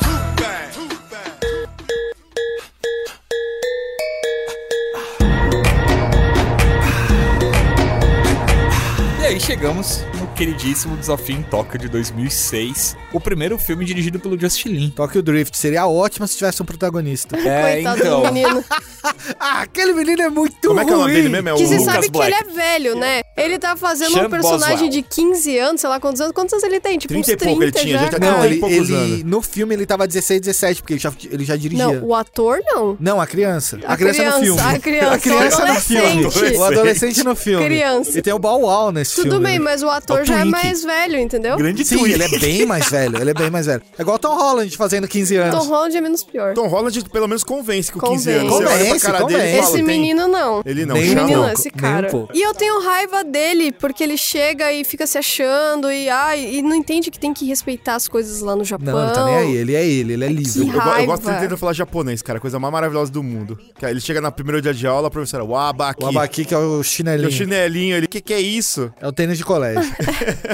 Too fast. Too fast.
E aí chegamos no queridíssimo Desafio em Tóquio de 2006. O primeiro filme dirigido pelo Justin Lin.
Tokyo Drift seria ótimo se tivesse um protagonista.
É,
Coitado do menino.
ah, aquele menino é muito
Como é que é o nome
ruim.
dele mesmo? É o
que você
Lucas
sabe que
Black.
ele é velho, né? Ele tá fazendo
Sean
um personagem
Boswell.
de 15 anos, sei lá quantos anos. Quantos anos ele tem? Tipo,
30 e
uns 30
pouco ele tinha,
já.
já tá-
Não,
Não,
ele,
tem poucos
ele-
anos.
no filme ele tava 16, 17, porque ele já, ele já dirigia.
Não, o ator não.
Não, a criança. A,
A
criança, no
criança,
filme.
a criança,
A criança
o
no filme.
adolescente.
O adolescente no filme.
Criança.
E tem o Bow Wow nesse
Tudo
filme.
bem, mas o ator
O
já é
Twink.
mais velho, entendeu?
Grande
Sim,
twist.
ele é bem mais velho. Ele é bem mais velho. É igual o Tom Holland fazendo 15 anos.
Tom Holland é menos pior.
Tom Holland Então pelo menos convence com 15 anos.
Convence,
Você olha pra cara
convence.
dele e fala,
Esse
tem-
menino não.
Ele não,
Nem
Esse
um
menino,
pouco,
esse
nem um
cara.
pouco.
E eu tenho raiva dele, porque ele chega e fica se achando e, ai, e não entende que tem que respeitar as coisas lá no Japão.
Não, não tá nem aí. Ele é ele, ele é
Eu,
livre.
que
eu go- eu gosto
raiva.
de tentar falar japonês, cara. Coisa mais maravilhosa do mundo. Que aí Ele chega na primeiro dia de aula, a professora, o abaki.
O Abaki, que é o
E
chinelinho.
o chinelinho, ele, que que é isso?
É o tênis de colégio.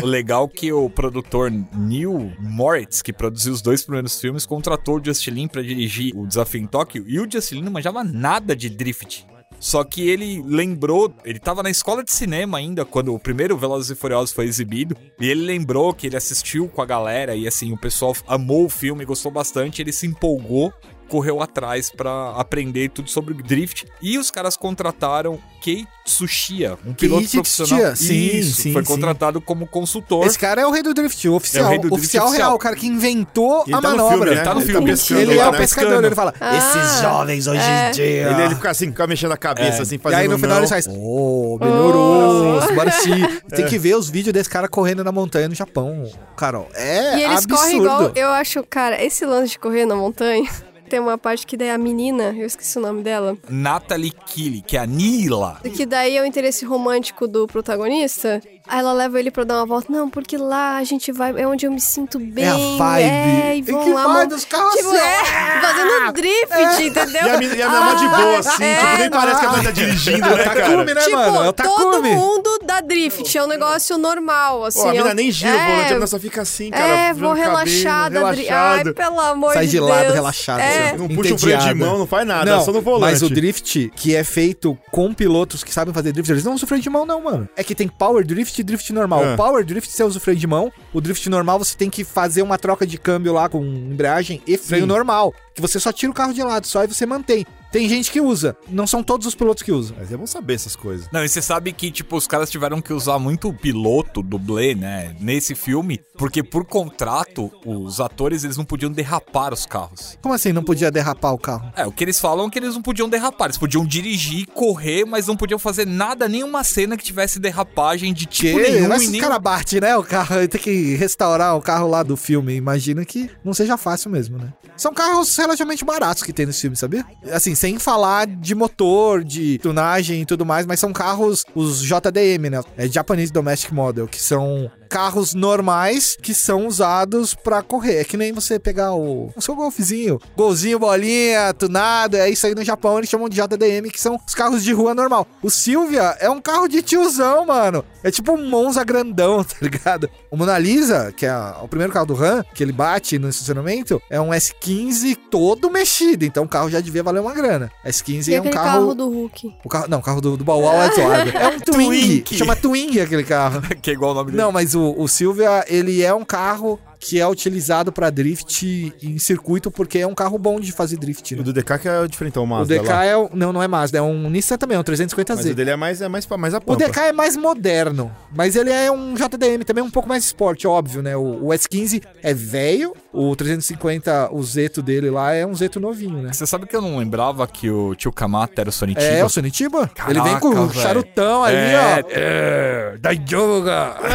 O legal é que o produtor Neil Moritz, que produziu os dois primeiros filmes, contratou o Justin Lin pra dirigir o Desafio em Tóquio e o Justin Lin não manjava nada de drift. Só que ele lembrou, ele tava na escola de cinema ainda quando o primeiro Velozes e Furiosos foi exibido, e ele lembrou que ele assistiu com a galera e assim, o pessoal amou o filme, gostou bastante, ele se empolgou, correu atrás pra aprender tudo sobre o drift e os caras contrataram Kei Tsushia, um piloto
Kei Tsuchiya,
profissional.
sim,
Isso,
sim,
foi
sim.
contratado como consultor.
Esse cara é o rei do drift, o oficial.
É o rei do drift
oficial,
oficial.
real, o cara que inventou
E ele
a
tá no
manobra.
filme, né?
Tá no
Ele
filme.
pescando
Ele
lá,
é o
né?
pescador,
Pescando.
ele fala,
Ah,
esses jovens hoje
é.
em dia...
Ele, ele fica assim, fica mexendo a cabeça, assim,
Ah. E
fazendo
aí no final
não. É.
ele faz, oh, melhorou, bora sim. Tem que ver os vídeos desse cara correndo na montanha no Japão, Carol. É
E eles
absurdo.
correm igual. Eu acho, cara, esse lance de correr na montanha. Tem uma parte que daí a menina, eu esqueci o nome dela,
Natalie Killy, que é a Nila.
que daí é o interesse romântico do protagonista. Aí ela leva ele pra dar uma volta. Não, porque lá a gente vai, é onde eu me sinto bem.
a vibe.
É, e vão
E que
lá,
vai
mano.
dos carros
Tipo,
assim,
é, fazendo drift,
E
entendeu?
a mina e a mina mó de boa, assim,
"Ah, é.
tipo, nem parece que ela tá dirigindo,
É o
né, cara?
Takumi, né,
tipo,
mano? É o
todo
Takumi.
mundo dá drift, é um negócio normal, assim.
Pô, a
é
mina
um-
nem gira o
é,
volante, a mina só fica assim, cara.
É,
virando
vou
o cabelo,
relaxada, dri- Ai,
relaxado.
pelo amor
Sai
de
de
Deus.
lado, relaxado. assim,
É,
Não puxa o freio de
entediada.
mão, não faz nada,
não,
só no volante.
mas o drift que é feito com pilotos que sabem fazer drift, eles não usam freio de mão não, mano. É que tem power drift e drift normal.
Ah.
O power drift você usa o freio de mão, o drift normal você tem que fazer uma troca de câmbio lá com embreagem e freio normal, que você só tira o carro de lado, só aí você mantém. Tem gente que usa, não são todos os pilotos que usam.
Mas é bom saber essas coisas.
Não, e você sabe que, tipo, os caras tiveram que usar muito o piloto, dublê, né, nesse filme, porque por contrato, os atores, eles não podiam derrapar os carros.
Como assim não podia derrapar o carro?
É, o que eles falam é que eles não podiam derrapar, eles podiam dirigir, correr, mas não podiam fazer nada, nenhuma cena que tivesse derrapagem de tipo nenhum
Mas
e
se
nem...
o cara bate, né? O carro ele tem que restaurar o carro lá do filme. Imagina que não seja fácil mesmo, né? São carros relativamente baratos que tem nesse filme, sabia? Assim, sem falar de motor, de tunagem e tudo mais, mas são carros, os JDM, né? É Japanese Domestic Model, que são carros normais que são usados pra correr. É que nem você pegar o, o seu golfzinho, golzinho, bolinha, tunado, é isso aí no Japão, eles chamam de JDM, que são os carros de rua normal. O Silvia é um carro de tiozão, mano. É tipo um Monza grandão, tá ligado? O Mona Lisa, que é a- o primeiro carro do Han, que ele bate no estacionamento, é um S15 todo mexido, então o carro já devia valer uma grana. S15
E
é um
aquele
carro...
carro do Hulk.
O carro... Não, o carro do, do Bauau é zoado. É um Twing,
Twinkie.
chama Twing aquele carro.
Que é igual o nome dele.
Não, mas o, o Silvia, ele é um carro que é utilizado pra drift em circuito, porque é um carro bom de fazer drift, né?
O do DK que é diferente, é o
O
Mazda
DK
lá.
é um, não, não é Mazda, é um Nissan também, é um
Mas o
350Z.
dele é mais, é mais, pra- mais a
O
pampa.
DK é mais moderno, mas ele é um JDM também, um pouco mais esporte, óbvio, né? O, o S15 é velho, o 350, o Zeto dele lá é um Zeto novinho, né?
Você sabe que eu não lembrava que o tio Kamata era o Sonitiba?
É, o Sonitiba.
Caraca,
Ele vem com o
velho.
charutão ali, ó.
É, da yoga.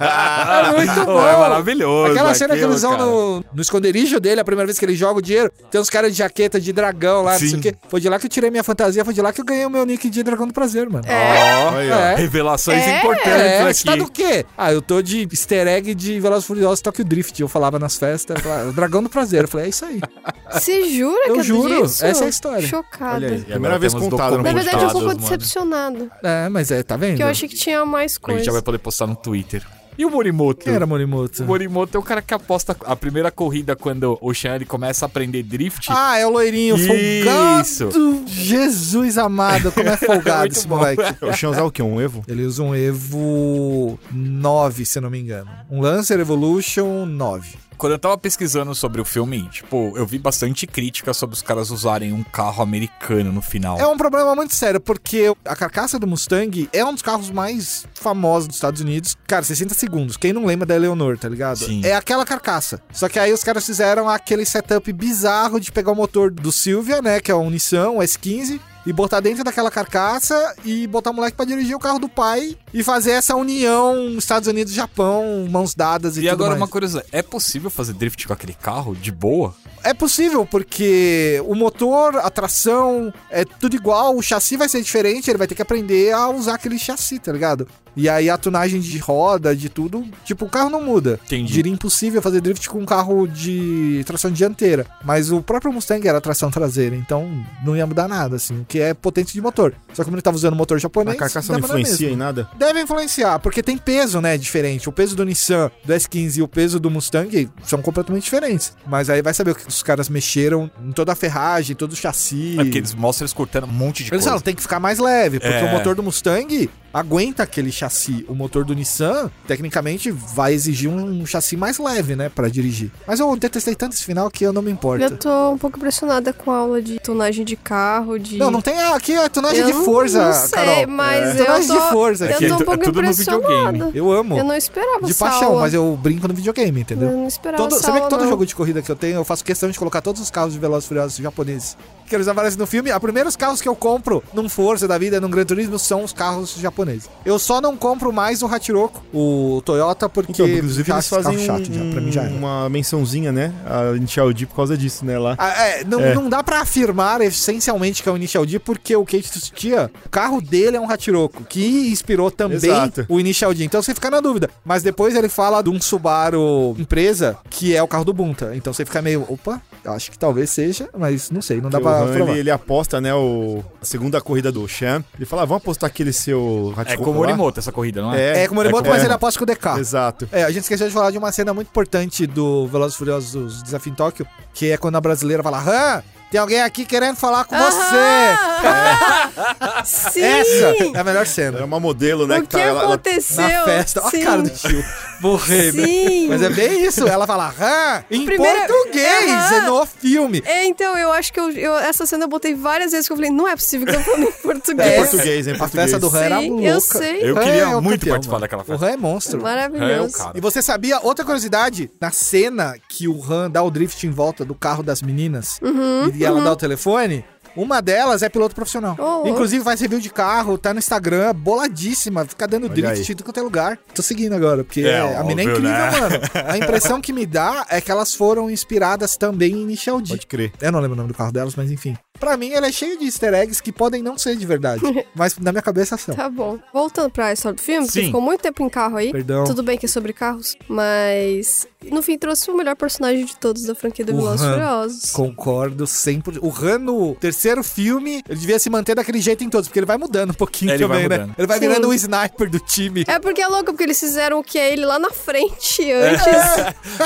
É muito bom.
é maravilhoso.
Aquela cena que
aquilo,
eles vão
cara.
no, no esconderijo dele, a primeira vez que ele joga o dinheiro, tem uns caras de jaqueta de dragão lá, não sei
Sim.
o quê. Foi de lá que eu tirei minha fantasia, foi de lá que eu ganhei o meu nick de dragão do prazer, mano.
Ó,
Aí, ó.
É.
Revelações
É,
importantes
É,
Ah, aqui.
você tá do quê? Ah, eu tô de easter egg de Velozes e Furiosos Tokyo Drift. Eu falava nas festas, eu falava, Dragão do Prazer. Eu falei, é isso aí.
Você jura
Eu
que é
juro,
disso?
essa é a história.
Chocada.
Olha aí, é a
agora
primeira vez
temos
contada no
Na verdade, eu
Coitados,
tô um pouco
mano.
decepcionado.
É, mas é, tá vendo?
Porque eu achei que tinha mais
A gente já vai
coisa.
poder postar no Twitter. E o Morimoto?
Quem era Morimoto?
O Morimoto é o cara que aposta a primeira corrida quando o Sean ele começa a aprender drift.
Ah, é o loirinho,
Isso.
folgado. Jesus amado, como é folgado
Muito
esse
bom.
moleque.
O Xanzá é o quê? Um Evo?
Ele usa um Evo 9, se eu não me engano. Um Lancer Evolution 9.
Quando eu tava pesquisando sobre o filme, tipo, eu vi bastante crítica sobre os caras usarem um carro americano no final.
É um problema muito sério, porque a carcaça do Mustang é um dos carros mais famosos dos Estados Unidos. Cara, 60 segundos. Quem não lembra da Eleanor, tá ligado?
Sim.
É aquela carcaça. Só que aí os caras fizeram aquele setup bizarro de pegar o motor do Silvia, né? Que é um Nissan, um S15. E botar dentro daquela carcaça e botar o moleque pra dirigir o carro do pai e fazer essa união Estados Unidos-Japão, mãos dadas e,
E,
tudo
agora
mais.
uma curiosidade, é possível fazer drift com aquele carro de boa?
É possível, porque o motor, a tração, é tudo igual, o chassi vai ser diferente, ele vai ter que aprender a usar aquele chassi, tá ligado? E aí a tunagem de roda, de tudo, tipo, o carro não muda.
Entendi.
Diria impossível fazer drift com um carro de tração dianteira, mas o próprio Mustang era tração traseira, então não ia mudar nada, assim, o que é potente de motor. Só que como ele tava usando motor
A
japonês...
carcaça não
dava na mesma.
influencia em nada?
Deve influenciar, porque tem peso, né, diferente. O peso do Nissan, do S15 e o peso do Mustang são completamente diferentes. Mas aí vai saber o que os caras mexeram em toda a ferragem, todo o chassi.
É porque eles mostram eles cortando um monte de
Eles falam,
coisa.
tem que ficar mais leve, porque
É.
o motor do Mustang aguenta aquele chassi. O motor do Nissan, tecnicamente, vai exigir um, um chassi mais leve, né, Pra dirigir. Mas eu detestei tanto esse final que eu não me importo.
Eu tô um pouco impressionada com a aula de tonagem de carro, de...
Não, não tem. ah, Aqui é tonagem
Eu
de
não-
força,
não sei,
Carol.
mas
É.
eu
Tonagem de
tô-
força.
Aqui
Eu
é
tô um
tu-
pouco
é tudo no
impressionada.
Eu amo.
Eu não esperava
de
essa
paixão,
aula.
mas eu brinco no videogame, entendeu?
Eu não esperava
Todo,
essa
você vê que
aula,
todo
não.
jogo de corrida que eu tenho, eu faço questão de colocar todos os carros de Velozes e Furiosos japoneses. Que eles aparecem no filme. Os primeiros carros que eu compro num Forza da vida, num Gran Turismo, são os carros japoneses. Eu só não compro mais o Hatiroko, o Toyota, porque...
Então, inclusive
já
eles
acho esse
fazem um,
carro chato já, pra mim já era.
uma mençãozinha, né? A Initial D por causa disso, né? Lá.
Ah, é, não,
É.
não dá pra afirmar essencialmente que é o Initial D, porque o Kate Tsuchiya, o carro dele é um Hatiroko, que inspirou também
Exato.
o Initial D. Então você fica na dúvida. Mas depois ele fala de um Subaru empresa, que é o carro do Bunta. Então você fica meio, opa, acho que talvez seja, mas não sei, não dá
Porque o
pra
Han,
provar.
ele, ele aposta, né? O, a segunda corrida do Shan. Ele fala, ah, vamos apostar aquele seu
É
Hachiko
como o
lá?
Morimoto essa corrida, não é?
É, como ele
é
bota,
como-
mas
é.
ele aposta com o DK.
Exato.
É, a gente esqueceu de falar de uma cena muito importante do Velozes e Furiosos Desafio em Tóquio, que é quando a brasileira fala, Han, tem alguém aqui querendo falar com você.
Sim!
Essa é a melhor cena.
É uma modelo, né?
o que
ela- ela-
aconteceu?
na festa. Olha
Sim.
a cara do tio. Morrendo.
Sim.
Mas é bem isso. Ela fala, ah, em
Primeira-
português,
Aham.
é no filme.
É, então, eu acho que eu, eu- essa cena eu botei várias vezes que eu falei, não é possível que eu falando em português.
É português, hein?
A
Português.
festa do Han era
Sim,
louca.
eu sei.
Eu
Han
queria
é o
muito
campeão,
participar
mano.
daquela festa.
O Han é monstro.
É, o
Maravilhoso.
cara.
E você sabia, outra curiosidade, na cena que o Han dá o drift em volta do carro das meninas
Uhum,
e ela dá o telefone, uma delas é piloto profissional.
Oh, oh.
Inclusive faz review de carro, tá no Instagram, boladíssima, fica dando drift
aí.
de tudo quanto é lugar. Tô seguindo agora, porque
É,
a menina é
óbvio,
incrível,
né?
mano. A impressão que me dá é que elas foram inspiradas também em Michel D.
Pode crer.
Eu não lembro o nome do carro delas, mas enfim. Pra mim, ela é cheia de easter eggs que podem não ser de verdade, mas na minha cabeça são.
Tá bom. Voltando pra história do filme,
Sim.
porque ficou muito tempo em carro aí.
Perdão.
Tudo bem que é sobre carros, mas no fim trouxe o melhor personagem de todos da franquia do
O
Velozes e
Han.
Furiosos.
Concordo 100%. O Han no terceiro filme, ele devia se manter daquele jeito em todos, porque ele vai mudando um pouquinho
Ele vai
também, né?
mudando.
Ele vai
Sim.
virando o sniper do time.
É porque é louco, porque eles fizeram o que é ele lá na frente antes.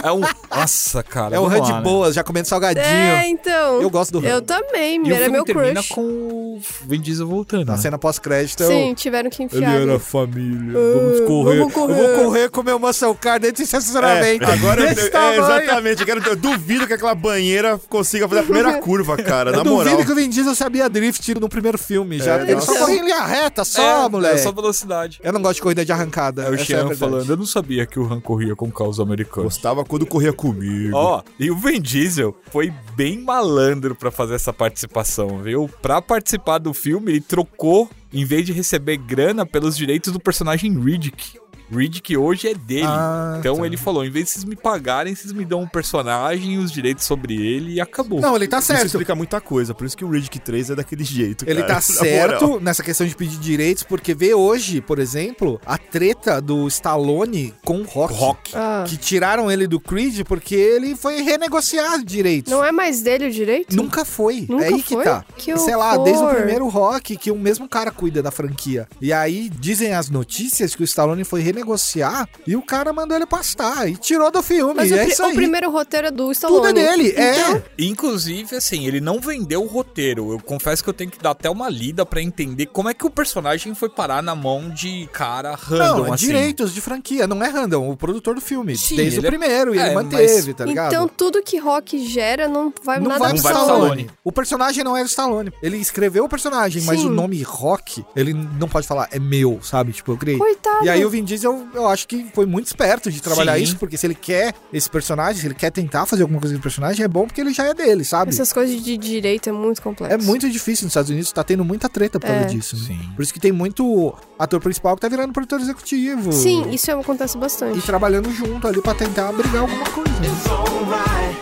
É um... Nossa, cara.
É o
vamos
Han de
lá, né?
boas, já comendo salgadinho.
É, então.
Eu gosto do Han.
Eu também,
E o
era
filme
meu
termina
crush.
com o Vin Diesel voltando.
Na
né?
cena pós-crédito, Então, eu-
Sim, tiveram que
Ele
enfiar.
era
né?
família.
Ah,
Vamos correr.
vamos
eu
correr.
vou correr com meu muscle car dentro do
É,
estacionamento.
agora eu,
Desse
é,
tamanho.
exatamente, eu, quero, eu duvido que aquela banheira consiga fazer a primeira curva, cara,
Eu
na
duvido
moral.
que o Vin Diesel sabia drift no primeiro filme já.
É,
ele só
nossa.
corria em linha reta, só,
é,
moleque.
É só velocidade.
Eu não gosto de corrida de arrancada.
É o
essa é a
Sean
verdade.
falando, eu não sabia que o Han corria com carros americanos.
Gostava quando corria comigo.
Ó, e o Vin Diesel foi bem malandro pra fazer essa participação, viu? Pra participar do filme, ele trocou, em vez de receber grana, pelos direitos do personagem Riddick. Riddick hoje é dele.
Ah,
então
tá.
ele falou, em vez de vocês me pagarem, vocês me dão um personagem, os direitos sobre ele e acabou.
Não, ele tá
Isso
certo.
explica muita coisa, por isso que o Riddick 3 é daquele jeito,
Ele
cara,
tá
na
certo
moral.
nessa questão de pedir direitos, porque vê hoje, por exemplo, a treta do Stallone com o Rock.
Rock.
Ah,
Que tiraram ele do Creed porque ele foi renegociar direitos.
não é mais dele o direito?
Nunca foi.
Nunca
é aí que
foi?
tá.
Que
Sei lá, desde o
horror.
primeiro rock que o mesmo cara cuida da franquia. E aí dizem as notícias que o Stallone foi renegociar e o cara mandou ele pastar e tirou do filme.
Mas
e
o,
é
pri-
isso
o
aí.
primeiro roteiro é do Stallone. Então,
Tudo é dele. É.
Inclusive, assim, ele não vendeu o roteiro. Eu confesso que eu tenho que dar até uma lida pra entender como é que o personagem foi parar na mão de cara random,
Não, é
assim.
direitos de franquia, não é random, o produtor do filme.
Sim,
desde o
ele é-
primeiro, e
é,
ele
mas-
manteve, tá ligado?
Então tudo que Rock gera não vai
não
nada
vai pro
não vai pro
Stallone.
Stallone.
O personagem não é do Stallone. Ele escreveu o personagem, mas
Sim.
o nome Rock, ele não pode falar, é meu, sabe? Tipo, eu criei.
Coitado.
E aí o Vin Diesel, eu acho que foi muito esperto de trabalhar
Sim.
isso, porque se ele quer esse personagem, se ele quer tentar fazer alguma coisa do personagem, é bom porque ele já é dele, sabe?
Essas coisas de direito é muito complexo.
É muito difícil nos Estados Unidos, tá tendo muita treta por causa
É.
disso. né?
Sim.
Por isso que tem muito ator principal que tá virando produtor executivo.
Sim, isso acontece bastante.
E trabalhando junto ali pra tentar brigar alguma coisa. né?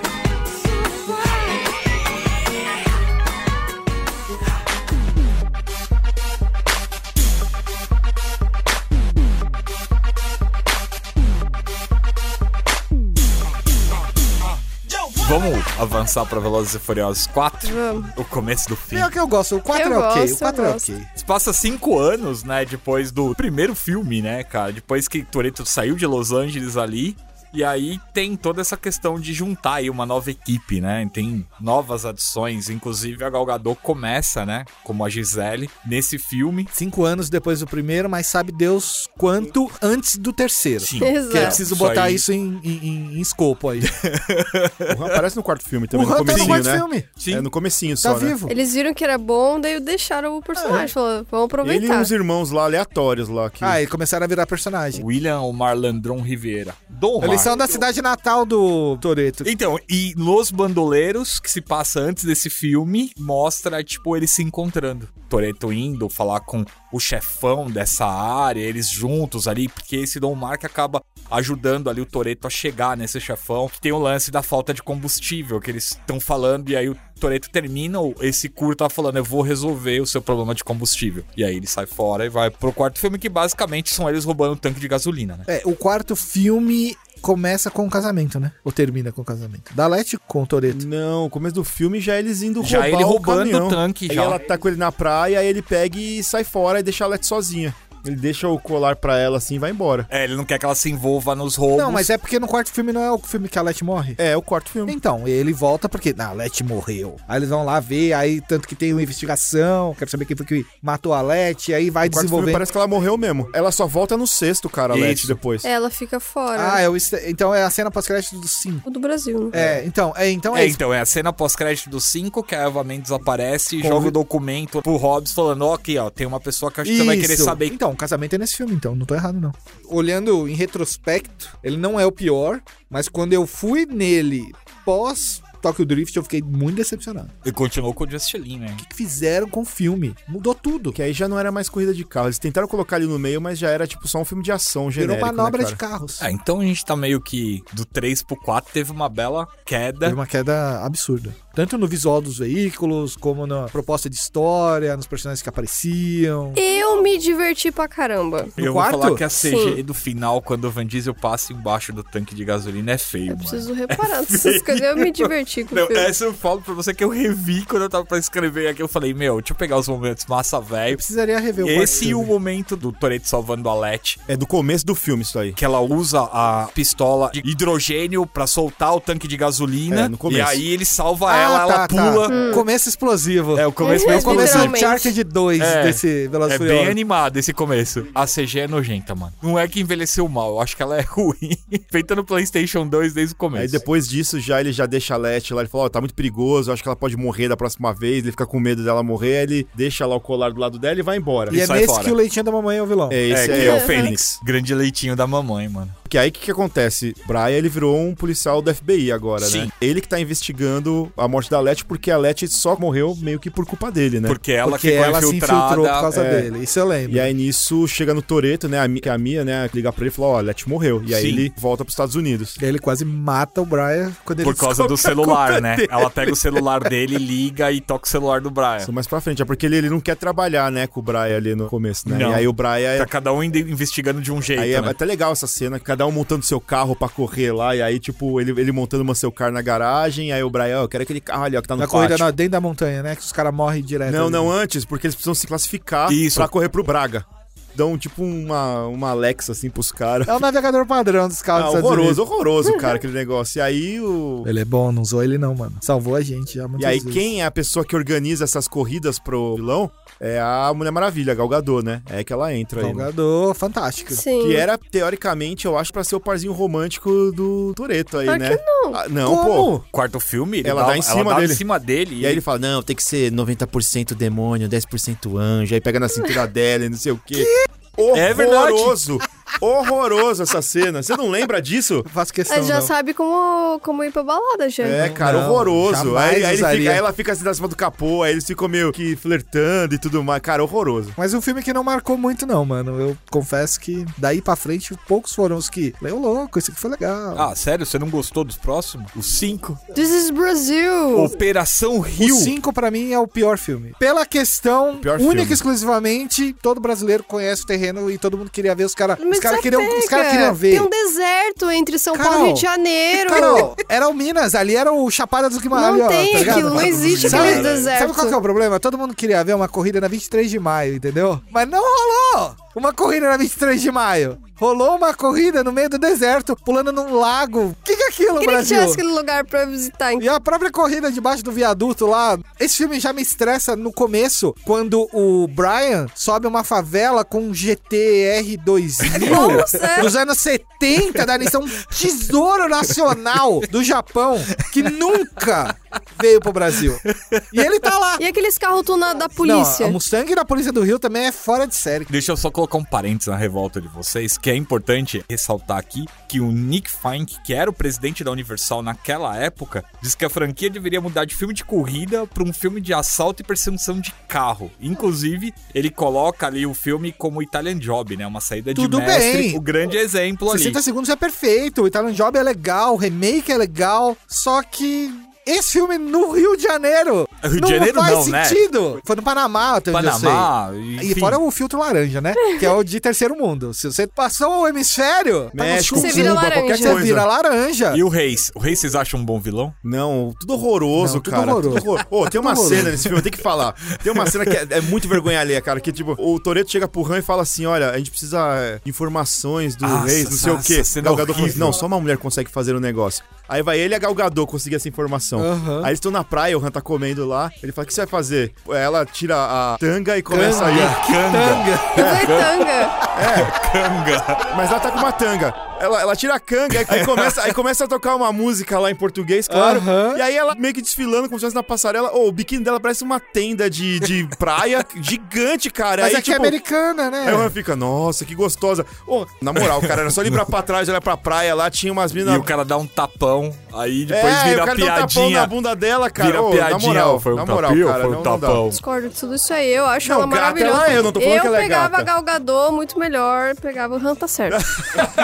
Vamos avançar pra Velozes e Furiosos 4?
Vamos.
O começo do fim.
Pior que eu gosto, o 4
Eu
é ok,
gosto,
o 4
eu
é
gosto.
ok.
Passa cinco anos, né, depois do primeiro filme, né, cara? Depois que Toreto saiu de Los Angeles ali. E aí tem toda essa questão de juntar aí uma nova equipe, né? Tem novas adições, inclusive a Gal Gadot começa, né, como a Gisele, nesse filme.
Cinco anos depois do primeiro, mas sabe Deus quanto antes do terceiro.
Sim,
Exato.
Que eu preciso botar
aí-
isso em, em- em- em escopo aí.
O Han aparece no quarto filme
o
também, no
Han tá no
comecinho,
quarto
né?
filme.
Sim.
É, no comecinho só,
Tá
né?
vivo.
Eles viram que era bom, daí deixaram o
É.
personagem. Falaram, vamos
Ele e
aproveitar.
uns irmãos lá, aleatórios lá, que...
é.
Ah, e começaram a virar personagem.
William Omar Landron Rivera. Dom Omar.
Eles são da cidade natal do Toreto.
Então, e Los Bandoleiros, que se passa antes desse filme, mostra, tipo, eles se encontrando. Toreto indo falar com o chefão dessa área, eles juntos ali, porque esse Dom Omar que acaba ajudando ali o Toreto a chegar nesse chefão, que tem o lance da falta de combustível que eles estão falando, e aí o Toreto termina o- esse curta falando, eu vou resolver o seu problema de combustível. E aí ele sai fora e vai pro quarto filme, que basicamente são eles roubando o tanque de gasolina, né?
É, o quarto filme começa com o casamento, né? Ou termina com o casamento. Da Leti com o Toreto.
Não, o começo do filme já eles indo
Já
roubar
ele
o
roubando
caminhão.
o tanque,
Aí
já.
ela tá com ele na praia, aí ele pega e sai fora e deixa a Letty sozinha. Ele deixa o colar pra ela assim e vai embora.
É, ele não quer que ela se envolva nos roubos.
Não, mas é porque no quarto filme não é o filme que a Leti morre.
É, o quarto filme.
Então, ele volta porque, não, a Leti morreu. Aí eles vão lá ver, aí tanto que tem uma investigação, quero saber quem foi que matou a Leti, aí vai
O quarto filme
desenvolver.
parece que ela morreu mesmo. Ela só volta no sexto, cara, a Letty
Isso.
É.
depois.
Ela fica fora.
Ah, é o easter- então é a cena pós-crédito do 5.
O do Brasil, né?
É, então, é, então é,
É,
isso.
então, é a cena pós-crédito do 5 que a Eva Mendes aparece e
Convi-
joga o documento pro Hobbs falando, ó, aqui, ó, tem uma pessoa que acho que você vai querer
Isso.
saber.
Então, o casamento é nesse filme, então, não tô errado, não. Olhando em retrospecto, ele não é o pior, mas quando eu fui nele pós Tokyo Drift, eu fiquei muito decepcionado.
E continuou com o Justin, né?
O que fizeram com o filme? Mudou tudo.
Que aí já não era mais corrida de carro. Eles tentaram colocar ali no meio, mas já era tipo só um filme de ação
Virou
genérico,
manobra
né,
de
cara?
carros.
Ah, então a gente tá meio que do 3 pro 4 teve uma bela
Teve
queda.
uma queda absurda. Né? Tanto no visual dos veículos, como na proposta de história, nos personagens que apareciam.
Eu me diverti pra caramba.
No
Eu
quarto?
vou falar que a CG
Sim.
do final, quando o Van Diesel passa embaixo do tanque de gasolina, é feio,
Eu
mano.
preciso
É
reparar nessas coisas. Eu me diverti com o
Não,
filme.
essa eu falo pra você que eu revi quando eu tava pra escrever aqui. Eu falei, meu, deixa eu pegar os momentos massa
Eu
velho.
precisaria rever o quarto
Esse e o
filme.
momento do Toretto salvando a Letty.
É do começo do filme isso aí.
que ela usa a pistola de hidrogênio pra soltar o tanque de gasolina.
É, no começo.
Ah,
E aí ele salva ela,
tá,
ela pula.
Começo explosivo.
Ah, tá, É, o começo bem
Eu começo
explosivo.
Literalmente.
Uncharted 2
É.
desse Velozes
É
e Furiosos.
bem animado esse começo. A CG é nojenta, mano. Não é que envelheceu mal, eu acho que ela é ruim. Feita no PlayStation 2 desde o começo.
Aí depois disso, já ele já deixa a Letty lá, ele fala, ó, tá muito perigoso, eu acho que ela pode morrer da próxima vez, ele fica com medo dela morrer, aí ele deixa lá o colar do lado dela e vai embora.
E é
sai
nesse
fora.
que o leitinho da mamãe é o vilão.
É,
É,
esse
que
é,
é o
o
Fênix. Grande leitinho da mamãe, mano.
Porque aí o que, que acontece? Brian, ele virou um policial do FBI agora, né?
Sim.
Ele que tá investigando a morte da Letty, porque a Letty só morreu meio que por culpa dele, né?
Porque ela
Porque
que ficou
ela se
infiltrada.
infiltrou por causa
é.
dele. Isso eu lembro.
E aí nisso chega no Toreto, né? A Mi- que é a Mia, né? Liga pra ele e fala: Ó, a Letty morreu. E aí
Sim.
ele volta pros Estados Unidos.
Ele quase mata o Brian quando ele
é, Por causa do celular, né? Ela pega o celular dele, liga e toca o celular do Brian.
Isso mais pra frente. É porque ele, ele não quer trabalhar, né? Com o Brian ali no começo, né?
Não.
E aí o Brian.
Tá cada um indo- investigando de um jeito,
Aí é
né?
até legal essa cena, cada um montando seu carro pra correr lá, e aí, tipo, ele, ele montando uma seu carro na garagem, aí o Brian, ó, eu quero aquele carro ali, ó, que tá no
Na corrida né?
pátio.
na, dentro da montanha, né? Que os caras morrem direto.
Não,
ali.
não, antes, porque eles precisam se classificar
Isso.
pra correr pro Braga. Dão, tipo, uma, uma Alexa, assim, pros caras.
É o navegador padrão dos
Ah,
carros dos Estados
horroroso,
Unidos.
horroroso, cara, aquele negócio. E aí o...
Ele é bom, não zoou ele não, mano. Salvou a gente já
E
muitas
aí,
vezes.
quem é a pessoa que organiza essas corridas pro vilão é a Mulher Maravilha, a Gal Gadot, né? É que ela entra aí. né?
Jogador fantástico.
Sim.
Que era, teoricamente, eu acho, pra ser o parzinho romântico do Toreto aí,
Claro
né?
que não.
Ah, não,
Como?
pô.
Quarto filme, ele
Ela dá em cima
ela dá
dele.
em cima dele.
E aí ele fala, não, tem que ser 90% demônio, 10% anjo. Aí pega na cintura dela e não sei o quê.
É verdade.
Horroroso. Horroroso essa cena. Você não lembra disso?
Eu faço questão,
Mas já
não.
sabe como, como ir pra balada, já.
É, cara,
não,
horroroso. Aí, aí,
jamais
ele fica-
usaria.
aí ela fica assim na cima do capô, aí eles ficam meio que flertando e tudo mais. Cara, horroroso.
Mas um filme que não marcou muito, não, mano. Eu confesso que daí pra frente, poucos foram os que. Leu louco, esse aqui foi legal.
Ah, sério? Você não gostou dos próximos? Os cinco?
This is Brazil!
Operação
O
Rio.
5 pra mim é o pior filme. Pela questão
pior
única
filme.
e exclusivamente, todo brasileiro conhece o terreno e todo mundo queria ver os caras. Os caras
é
queriam, os cara
desapega.
queriam ver.
Tem um deserto entre São Paulo
Carol,
e Rio de Janeiro.
Carol, era o Minas, ali era o Chapada dos Guimarães.
um Não
ó,
tem
tá ligado?
aquilo, não existe
Sabe-
aquele deserto.
Sabe qual que é o problema? Todo mundo queria ver uma corrida na 23 de maio, entendeu? Mas não rolou uma corrida na 23 de maio. Rolou uma corrida no meio do deserto, pulando num lago. O que, que é aquilo,
Queria que
Brasil?
tivesse aquele lugar pra visitar.
E a própria corrida debaixo do viaduto lá. Esse filme já me estressa no começo, quando o Brian sobe uma favela com um GTR 2000
Nossa!
dos anos 70 da lição é um Tesouro Nacional do Japão, que nunca veio pro Brasil. E ele tá lá.
E aqueles carros tunados da
Não,
polícia?
a Mustang da Polícia do Rio também é fora de série.
Deixa eu só colocar um parênteses na revolta de vocês, que é importante ressaltar aqui que o Nick Fink, que era o presidente da Universal naquela época, disse que a franquia deveria mudar de filme de corrida para um filme de assalto e perseguição de carro. Inclusive, ele coloca ali o filme como Italian Job, né? Uma saída de
Tudo
mestre,
bem.
o grande exemplo ali.
60 segundos é perfeito, o Italian Job é legal, o remake é legal, só que esse filme no Rio de Janeiro.
Rio de Janeiro
faz
não, né?
sentido. Foi no Panamá, até onde
Panamá,
eu sei.
enfim.
assim. E fora o filtro laranja, né? Que é o de terceiro mundo. Se você passou o hemisfério, tá no
México,
sul,
Você vira
Cuba,
laranja.
qualquer
você
coisa.
vira laranja.
E o Reis? O Reis vocês acham um bom vilão?
Não, tudo horroroso,
Não, tudo
cara.
horroroso.
Tudo horror... Ô, tem uma
horroroso.
cena nesse filme, eu tenho que falar. Tem uma cena que é, é muito vergonha alheia, cara. Que tipo, o Toreto chega pro Han e fala assim: olha, a gente precisa é, informações do
Ah,
rei,
essa-
não sei o quê.
essa
é
cena
Galgador fala assim:
horrível.
não, só uma mulher consegue fazer o negócio. Aí vai ele e a Galgador conseguir essa informação.
Aham.
Aí eles estão na praia, o Han tá comendo lá. Ele fala: o que você vai fazer? Ela tira a tanga e começa a ir.
Canga.
é
Foi tanga.
Canga.
Mas ela tá com uma tanga. Ela, ela tira a canga, aí- aí começa, aí começa a tocar uma música lá em português, claro.
Aham.
E aí ela meio que desfilando como se fosse na passarela. Ô, o biquíni dela parece uma tenda de, de praia gigante, cara.
Mas
aí, tipo,
aqui
tipo,
é americana, né?
Aí o Juan fica, nossa, que gostosa. Ô, na moral, cara, era só livrar pra trás, olhar pra praia, lá tinha umas
E
minas...
o cara dá um tapão, aí depois
é,
vira
o cara deu um tapão
piadinha.
na bunda dela, cara.
vira
Ô,
piadinha.
na moral,
foi um
na moral,
tapinho,
cara,
foi
não,
um
não dá.
tapão.
Discordo de tudo isso aí. Eu acho
Não,
ela
gata
maravilhosa.
ela é, eu não tô falando que ela é
pegava
gata.
a Galgador muito melhor, pegava o Han, tá certo.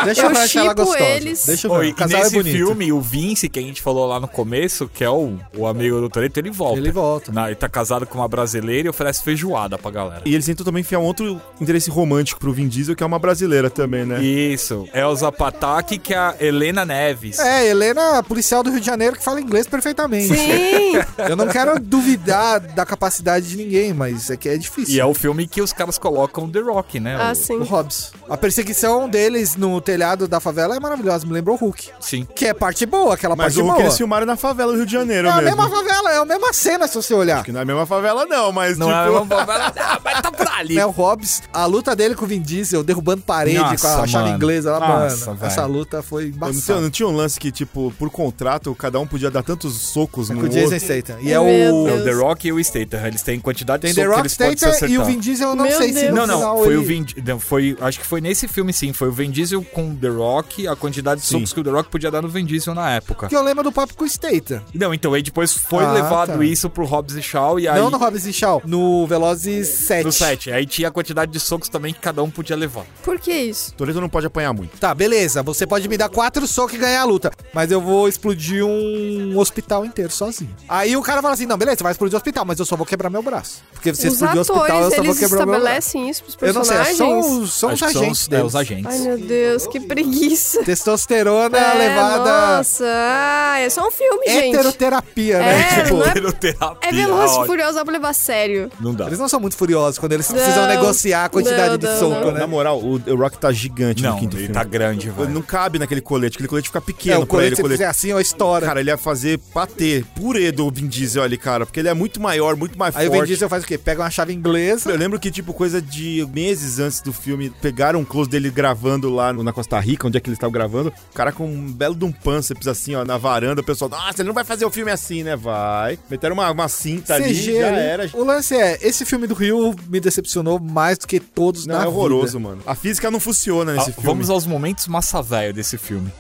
Deixa eu,
eu
ver achar ela
shippo
gostosa.
eles.
Deixa eu ver.
Oi,
o casal
e
é
nesse
bonito.
filme, o Vince, que a gente falou lá no começo, que é o, o amigo do Toreto, ele volta.
Ele volta.
Na- ele tá casado com uma brasileira e oferece feijoada pra galera.
E eles tentam também enfiar um outro interesse romântico pro Vin Diesel, que é uma brasileira também, né?
Isso. Elza Pataki, que é a Helena Neves.
É, Helena, policial do Rio de Janeiro, que fala inglês perfeitamente.
Sim!
Eu não quero duvidar da capacidade de ninguém, mas é que é difícil.
E é o filme que os caras colocam The Rock, né?
Ah,
O-
sim.
O Hobbs. A perseguição deles no telhado da da favela é maravilhosa, me lembrou o Hulk.
Sim.
Tipo,
Que é parte boa, aquela
Mas
parte
o Hulk
boa.
eles filmaram é na favela do Rio de Janeiro
É a
mesmo.
mesma favela, é a mesma cena se você olhar.
Que não é a mesma favela, não, mas
Não é
tipo.
uma favela, não, mas tá por ali.
Mel É Hobbs, a luta dele com o Vin Diesel, derrubando parede
Nossa,
com a chave
mano.
inglesa lá,
Nossa,
mano.
velho.
Essa luta foi
não, tinha,
embaçada.
não tinha um lance que, tipo, por contrato, cada um podia dar tantos socos
É
no
com o
outro.
Jason Statham. E é
Meu
É
o...
Deus.
o The Rock e o Statham. Eles têm quantidade
Tem
de
The
soco que
Rock
eles podem se
Statham e o
acertar.
Vin Diesel, eu não
Meu
sei se
Deus.
no
Não, não,
final
foi
ele...
o Vin não, foi, acho que foi nesse filme sim, foi o Vin Diesel com o The Rock, a quantidade de
Sim.
socos que o The Rock podia dar no Vin Diesel na época.
Que eu lembro do papo com o Statham.
Não, então aí depois foi
Ah,
levado
tá.
isso pro Hobbs e Shaw e aí
Não no Hobbs e Shaw, no Velozes 7.
no 7, aí tinha a quantidade de socos também que cada um podia levar.
Por que isso?
Toreto não pode apanhar muito.
Tá, beleza, você pode me dar quatro socos e ganhar a luta, mas eu vou explodir um hospital inteiro sozinho. Aí o cara fala assim, não, beleza, você vai explodir o hospital, mas eu só vou quebrar meu braço. Porque você
Os
explodiu o
atores,
hospital, eu só vou
eles
quebrar meu braço.
estabelecem isso pros
Eu não sei, é
personagens?
só os, só os
Acho que são
agentes
os, é, os
deles.
agentes.
Ai, meu Deus, que preguiça.
Testosterona
É,
Tá levada...
Nossa, ah, é só um filme, gente.
Heteroterapia, né?
É,
tipo,
não é-
Heteroterapia,
É Veloz
ó,
e Furioso, dá pra levar a sério.
Tá
Não dá.
eles não são muito furiosos quando eles precisam negociar a quantidade
não,
de
não,
soco,
não.
né?
Na moral, o The Rock tá gigante
Não,
no quinto
ele
filme.
tá grande, velho.
Não cabe naquele colete, aquele colete fica
É,
pequeno
o
pra ele.
colete,
o
se
colete.
fizer assim, ó, estoura.
Cara, ele ia fazer patê, purê do Vin Diesel ali, cara, porque ele é muito maior, muito mais
Aí o
forte.
Vin Diesel faz o quê? Pega uma chave inglesa...
Eu lembro que, tipo, coisa de meses antes do filme, pegaram um close dele gravando lá no- na Costa Rica, onde é que ele estava gravando. O cara com um belo de um pânceps, assim, ó, na varanda. O pessoal, nossa, ele não vai fazer o filme assim, né? Vai. Meteram uma, uma cinta ali,
CG
já
ali.
era.
O lance é, esse filme do Rio me decepcionou mais do que todos
Não,
na
é horroroso,
vida.
mano. A física não funciona nesse
Ah,
filme.
Vamos aos momentos massa velho desse filme.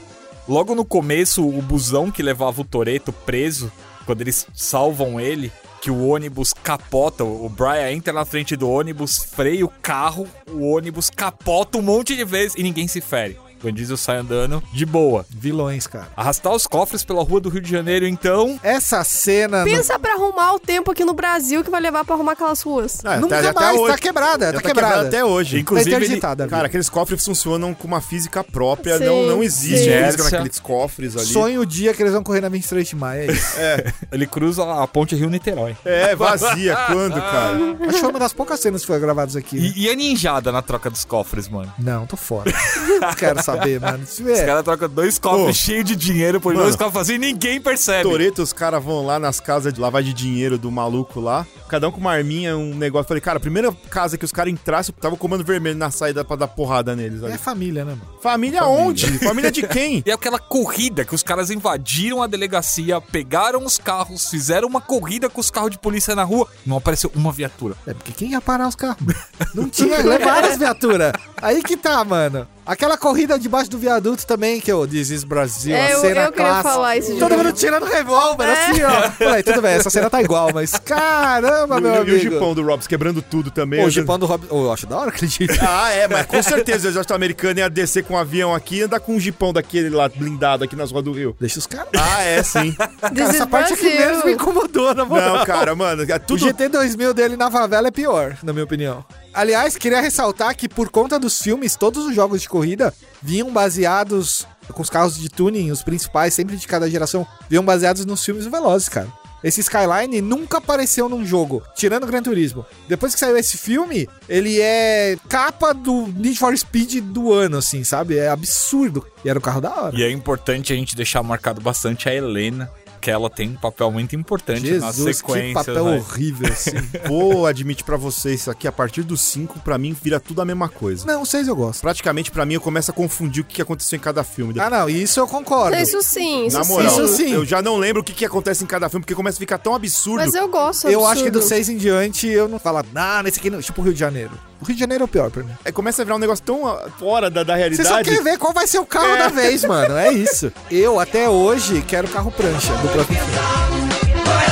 Logo no começo, o busão que levava o Toreto preso, quando eles salvam ele, que o ônibus capota, o Brian entra na frente do ônibus, freia o carro, o ônibus capota um monte de vezes e ninguém se fere. O Van Diesel sai andando de boa.
Vilões, cara.
Arrastar os cofres pela rua do Rio de Janeiro, então.
Essa cena... no-
Pensa pra arrumar o tempo aqui no Brasil que vai levar pra arrumar aquelas ruas.
Ah,
Nunca
até- até
mais,
hoje.
tá quebrada,
Já
tá quebrada.
até hoje.
Inclusive,
tá
ele-
interditada.
Cara, aqueles cofres funcionam com uma física própria. não,
Sim,
não existe
sim.
física
Essa-
naqueles cofres ali.
Sonho o dia que eles vão correr na 23 de maio, é isso.
Ele cruza a ponte Rio-Niterói.
É, vazia. Quando, cara?
Acho que foi uma das poucas cenas que foi gravadas aqui. né?
E, e a ninjada na troca dos cofres, mano.
Não, tô fora. não quero saber, mano. Isso
Os
é...
caras trocam dois cofres
Ô.
cheios de dinheiro por
Mano.
dois cofres assim e ninguém
É
percebe.
Toreto, os caras vão lá nas casas de lavar de dinheiro do maluco lá. Cada um com uma arminha, um negócio. Falei, cara, a primeira casa que os caras entrassem, tava o comando vermelho na saída pra dar porrada neles ali.
É família, né, mano?
Família, onde? Família de quem?
E é aquela corrida que os caras invadiram a delegacia, pegaram os carros, fizeram uma corrida com os carros de polícia na rua, não apareceu uma viatura.
É porque quem ia parar os carros? Não tinha, levaram as viaturas. Aí que tá, mano. Aquela corrida debaixo do viaduto também, que eu This is Brasil,
É,
a
eu-
cena
eu queria
clássica.
falar isso de
Todo
novo. É.
mundo tirando revólver, assim, ó. Falei, tudo bem, essa cena tá igual, mas caramba,
E
meu
o- e o
amigo.
Gipão do Robs quebrando tudo também.
O
andando-
Gipão do Rob... Ô, eu acho da hora, acredito.
Ah, é, mas com certeza o exército americano ia descer com um avião aqui e andar com um jipão daquele lá, blindado aqui nas ruas do Rio.
Deixa os caras...
Ah, é, sim.
This
Essa
is
parte aqui
Brasil.
menos me incomodou, na moral.
Não, cara, mano, é
O
tudo
GT 2000 dele na favela é pior, na minha opinião. Aliás, queria ressaltar que por conta dos filmes, todos os jogos de corrida vinham baseados com os carros de tuning, os principais, sempre de cada geração, vinham baseados nos filmes Velozes, cara. Esse Skyline nunca apareceu num jogo, tirando o Gran Turismo. Depois que saiu esse filme, ele é capa do Need for Speed do ano, assim, sabe? É absurdo. E era um carro da hora.
E é importante a gente deixar marcado bastante a Helena, que ela tem um papel muito importante nas
Jesus, que
sequências.
papel
né?
horrível, assim.
Vou admitir pra vocês isso aqui, a partir dos 5, pra mim, vira tudo a mesma coisa.
Não, vocês eu gosto.
Praticamente, pra mim, eu começo a confundir o que que aconteceu em cada filme.
Ah, não, isso eu concordo.
Não, isso sim, isso
Na
sim.
moral, é um
Isso sim.
eu já não lembro o que, que acontece em cada filme, porque começa a ficar tão absurdo.
Mas eu gosto, é
Eu acho que do
absurdo.
6 em diante eu não falo, ah, nesse aqui não. Tipo Rio de Janeiro. O Rio de Janeiro é o pior pra mim.
É, começa a virar um negócio tão ah, fora da, da
Você só
realidade.
quer ver qual vai ser o carro da vez, mano. É isso. Eu, até hoje, quero carro prancha do próximo filme.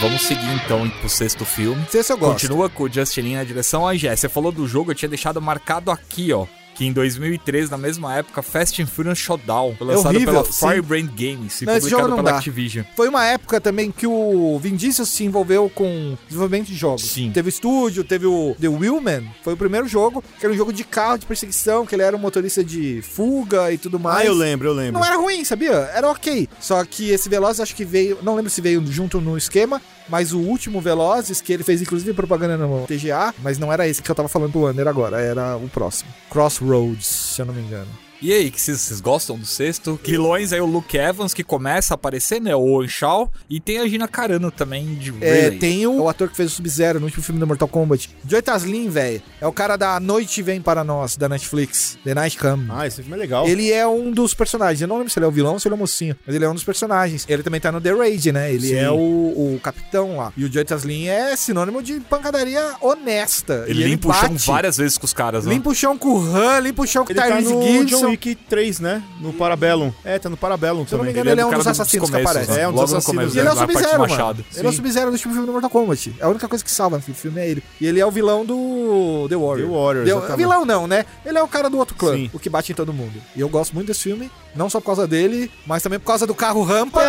Vamos seguir então pro sexto filme.
Esse eu gosto.
Continua com o Justin Lin na direção. Ah, Jé, você falou do jogo, eu tinha deixado marcado aqui, ó. que em 2003, na mesma época, Fast and Furious Showdown foi
É
lançado
horrível,
pela
sim.
Firebrand Games e
Não, esse jogo
publicado
não
pela
dá.
Activision.
Foi uma época também que o Vin Diesel se envolveu com desenvolvimento de jogos.
Sim.
Teve o estúdio, teve o The Willman, foi o primeiro jogo, que era um jogo de carro, de perseguição, que ele era um motorista de fuga e tudo mais.
Ah, eu lembro, eu lembro.
Não era ruim, sabia? Era ok. Só que esse Veloz acho que veio. Não lembro se veio junto no esquema, mas o último Velozes, que ele fez inclusive propaganda no TGA, mas não era esse que eu tava falando do Under agora, era o próximo. Crossroads, se eu não me engano.
E aí, que vocês vocês gostam do sexto? Vilões aí o Luke Evans, que começa a aparecer, né? O Anshal. E tem a Gina Carano também, de
É,
Ridley.
tem o, o ator que fez o Sub-Zero no último filme do Mortal Kombat. Joey Taslin, velho. É o cara da Noite Vem Para Nós, da Netflix. The Night Come.
Ah, esse filme é legal.
Ele é um dos personagens. Eu não lembro se ele é o vilão ou se ele é o mocinho, mas ele é um dos personagens. Ele também tá no The Raid, né? Ele
Sim.
é o, o capitão lá. E o Joey Taslin é sinônimo de pancadaria honesta.
Ele
E
limpa o chão
bate.
várias vezes com os caras, né?
Limpa o chão com o Han, limpa o chão com o
Ele tá
Tyrese
no John
Gibson.
Wick 3, né? No Parabellum. É, tá no Parabellum
Se eu não me
também.
engano,
é
ele é,
do
um
cara
dos
dos
assassinos que
começos,
aparece.
né?
É, um
Logo
dos
no
assassinos.
começo,
E ele é o
vai partir
Sub-Zero, mano.
machado.
Ele é o
Sim.
Sub-Zero do último filme do Mortal Kombat. É a única coisa que salva no filme é ele. E ele é o vilão do The Warrior.
The Warrior,
The-
exatamente.
vilão não, né? Ele é o cara do outro clã,
Sim.
o que bate em todo mundo. E eu gosto muito desse filme, não só por causa dele, mas também por causa do carro rampa.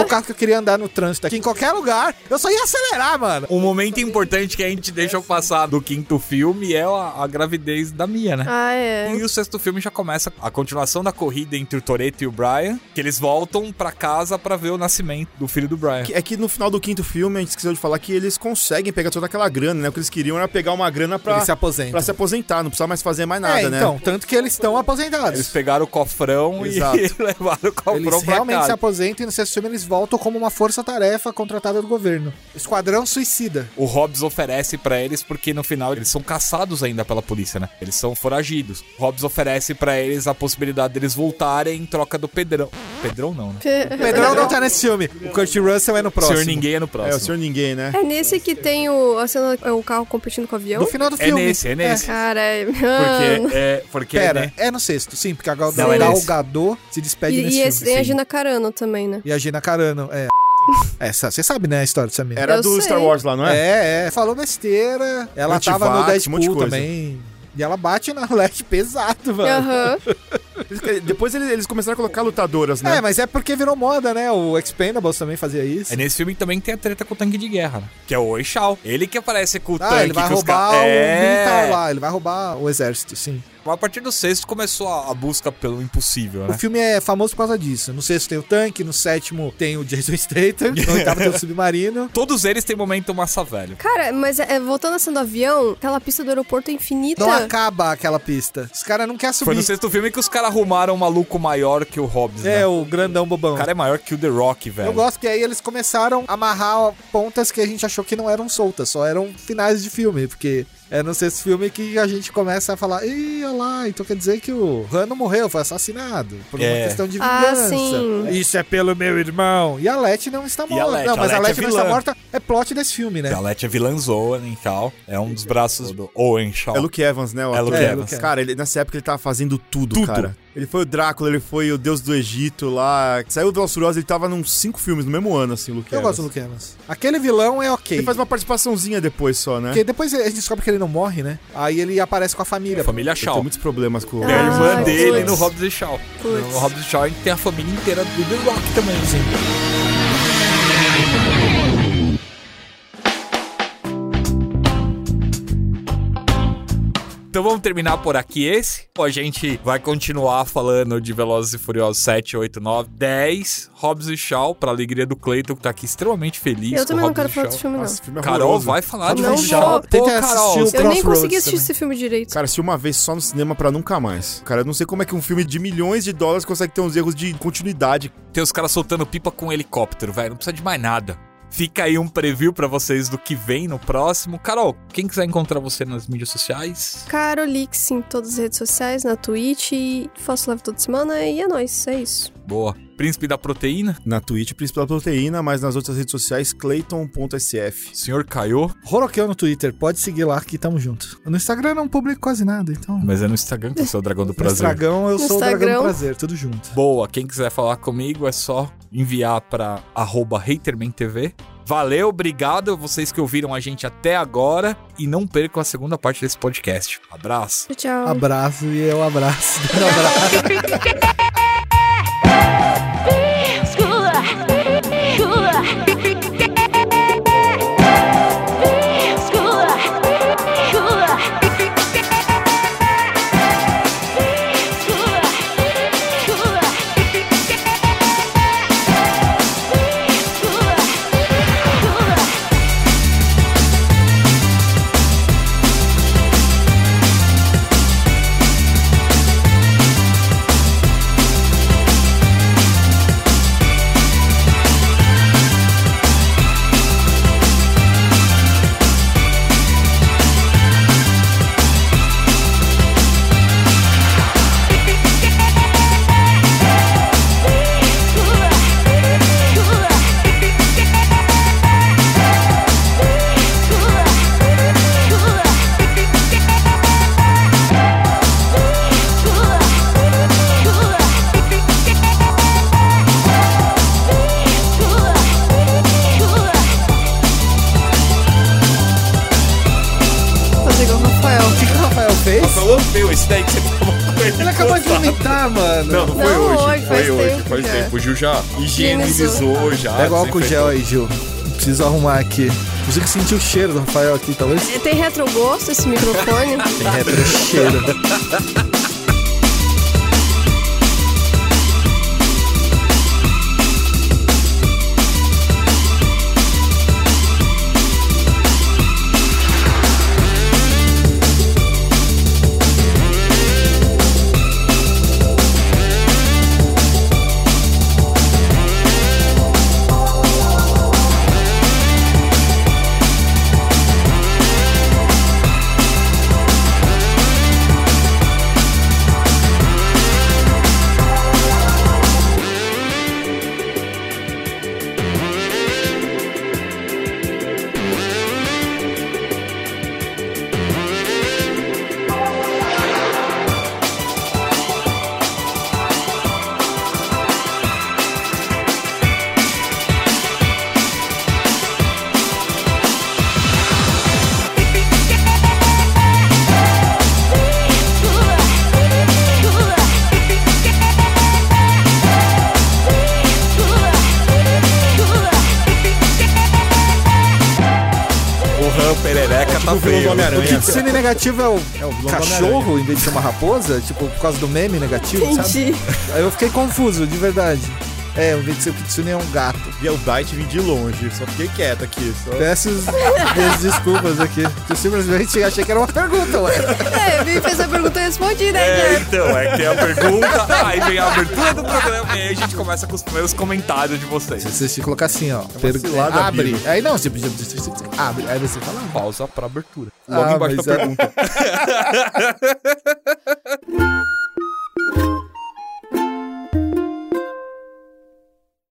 O carro que eu queria andar no trânsito aqui, em qualquer lugar. Eu só ia acelerar, mano.
Um momento importante que a gente deixa passar do quinto filme é a, a gravidez da Mia, né?
Ah, é.
E o sexto filme já começa a continuação da corrida entre o Toreto e o Brian, que eles voltam pra casa pra ver o nascimento do filho do Brian.
É que no final do quinto filme, a gente esqueceu de falar que eles conseguem pegar toda aquela grana, né? O que eles queriam era pegar uma grana pra,
Ele se aposenta.
pra se aposentar, não precisar mais fazer mais nada,
é,
né?
então, tanto que eles estão
Eles
aposentados.
pegaram o cofrão
Exato.
e levaram o cofrão
Eles
um
pra
realmente se
casa.
aposentam e no sexto filme eles voltam como uma força-tarefa contratada do governo. Esquadrão Suicida.
O Hobbs oferece pra eles, porque no final eles são caçados ainda pela polícia, né? Eles são foragidos. O Hobbs oferece pra eles a possibilidade deles voltarem em troca do Pedrão. Pedrão não, né?
Pedrão não tá nesse filme. O Kurt Russell é no
O
próximo.
Senhor Ninguém é no
É,
próximo.
o senhor ninguém, né?
É nesse que tem o, a cena, é o carro competindo com o avião?
No final do
É
filme.
nesse, é nesse.
Cara, é...
Porque, é, porque
Pera,
né?
é no sexto, sim, porque a Gal,
Não, é
Gal
nesse.
Gadot se despede
E,
nesse
e esse
filme.
tem a
é sim.
Gina Carano também, né?
E a Gina Carano, é. Essa, você sabe, né, a história dessa menina.
Era
Eu
do
sei.
Star Wars lá, não é?
É, é, falou besteira. Ela tava no
Antivax, um monte de
Deadpool
coisa.
também. E ela bate na Lash pesado, mano.
Aham.
Eles- Depois eles, eles começaram a colocar lutadoras, né?
É, mas é porque virou moda, né? O Expendables também fazia isso.
É nesse filme que também tem a treta com o tanque de guerra, né? Que é o Oixal. Ele que aparece com o tanque
ah, ele vai
que os
roubar
ca-
o militar
é...
lá, ele vai roubar o exército, sim.
A partir do sexto começou a, a busca pelo impossível,
O
né?
filme é famoso por causa disso. No sexto tem o tanque, no sétimo tem o Jason Statham, no oitavo tem o submarino.
Todos eles têm momento massa velho.
Cara, mas é, voltando a cena do avião, aquela pista do aeroporto é infinita.
Não acaba aquela pista. Os caras não querem
Foi no
subir.
sexto filme que os caras arrumaram um maluco maior que o Hobbs,
É,
né?
o grandão bobão.
O cara é maior que o The Rock, velho.
Eu gosto que aí eles começaram a amarrar pontas que a gente achou que não eram soltas, só eram finais de filme, porque é no sexto filme que a gente começa a falar, ih, olha lá, então quer dizer que o Han não morreu, foi assassinado, por uma
É.
questão de
Ah,
vingança.
sim.
Isso é pelo meu irmão. E a Letty não está
E a
morta.
Letty?
não, mas
A
a,
Letty é
Letty não está
vilã.
morta é plot desse filme, né?
A Letty é vilãzona e tal. É um dos braços do Owen Shaw.
É Luke Evans, né? o
É
ator?
Luke
É,
Evans.
Luke Evans.
Cara, ele, nessa época ele tava fazendo tudo,
Tudo.
cara. Ele foi o Drácula, ele foi o Deus do Egito lá. Saiu do Velociraptor, ele tava nos cinco filmes no mesmo ano, assim, o Luke
Eu
Evans.
gosto do Luke Evans. Aquele vilão é ok.
Ele faz uma participaçãozinha depois só, né?
Porque depois a gente descobre que ele não morre, né? Aí ele aparece com a família.
A família
Ele tem
Shaw.
muitos problemas com o
É a irmã
Ah,
dele
putz.
no Hobbs e Shaw.
Putz.
No Hobbs e Shaw a gente tem a família inteira do The Rock também, assim. Então vamos terminar por aqui esse. A gente vai continuar falando de Velozes e Furiosos 7, 8, 9, 10. Hobbs e Shaw, pra alegria do Clayton, que tá aqui extremamente feliz.
Eu
com
também não
Hobbs
quero
e
falar
Shaw.
desse filme, não.
Nossa, esse filme é
Carol
horroroso.
vai falar de
Não
Hobbs e Shaw.
vou.
Pô,
Tenta assistir
Carol,
o
Eu nem
Crossroads
consegui assistir
também.
esse filme direito.
Cara, se uma vez só no cinema pra nunca mais. Cara, eu não sei como é que um filme de milhões de dólares consegue ter uns erros de continuidade.
Tem os caras soltando pipa com helicóptero, velho. Não precisa de mais nada. Fica aí um preview pra vocês do que vem no próximo. Carol, quem quiser encontrar você nas mídias sociais,
Carolix em todas as redes sociais, na Twitch, e faço live toda semana e é nóis, é isso.
boa. Príncipe da Proteína,
Na Twitch, principal proteína, mas nas outras redes sociais, clayton.sf.
Senhor Caiô,
Roroqueu no Twitter, pode seguir lá que tamo junto. No Instagram eu não publico quase nada, então.
mas é no Instagram que você é o Dragão do
No
Prazer.
Instagram eu
No
sou o Dragão
Instagram.
do Prazer, tudo junto.
Boa, quem quiser falar comigo é só enviar pra arroba hatermentv. Valeu, obrigado vocês que ouviram a gente até agora. E não percam a segunda parte desse podcast. Abraço.
Tchau.
Abraço e eu abraço. dando abraço.
Fazer igual o
Ah,
Rafael.
O que que o Rafael fez?
ouviu esse daí que você
Ele acabou de vomitar, mano.
Não, não foi
Não,
hoje.
hoje, faz
foi hoje,
tempo
faz
já.
tempo. O Gil já higienizou já.
Pega o álcool
desinfetou.
gel aí, Gil. Preciso arrumar aqui. Preciso que sentir o cheiro do Rafael aqui, talvez.
É, Tem retrogosto esse microfone?
É, cheiro.
O Han Perereca tá
o vilão do
feio.
O
Homem-Aranha.
que de cine negativo é o, é o
vilão do
cachorro em vez de ser uma raposa? Tipo, por causa do meme negativo, sabe?
Entendi.
Aí eu fiquei confuso, de verdade. É, em vez de ser o Kitsune é um gato.
E o Bite vim de longe, só fiquei quieto aqui. Só...
Peço as minhas desculpas aqui. Eu simplesmente achei que era uma pergunta, ué.
É, me fez a pergunta e eu respondi, né,
É,
Guilherme?
então, é que tem a pergunta, aí vem a abertura do programa e aí a gente começa com os primeiros comentários de vocês.
Se você colocar assim, ó.
cilada,
abre.
Bibo.
Aí não, tipo, você você- você- você- Ah, é abre. Aí você fala.
Pausa pra abertura.
ah, mas é-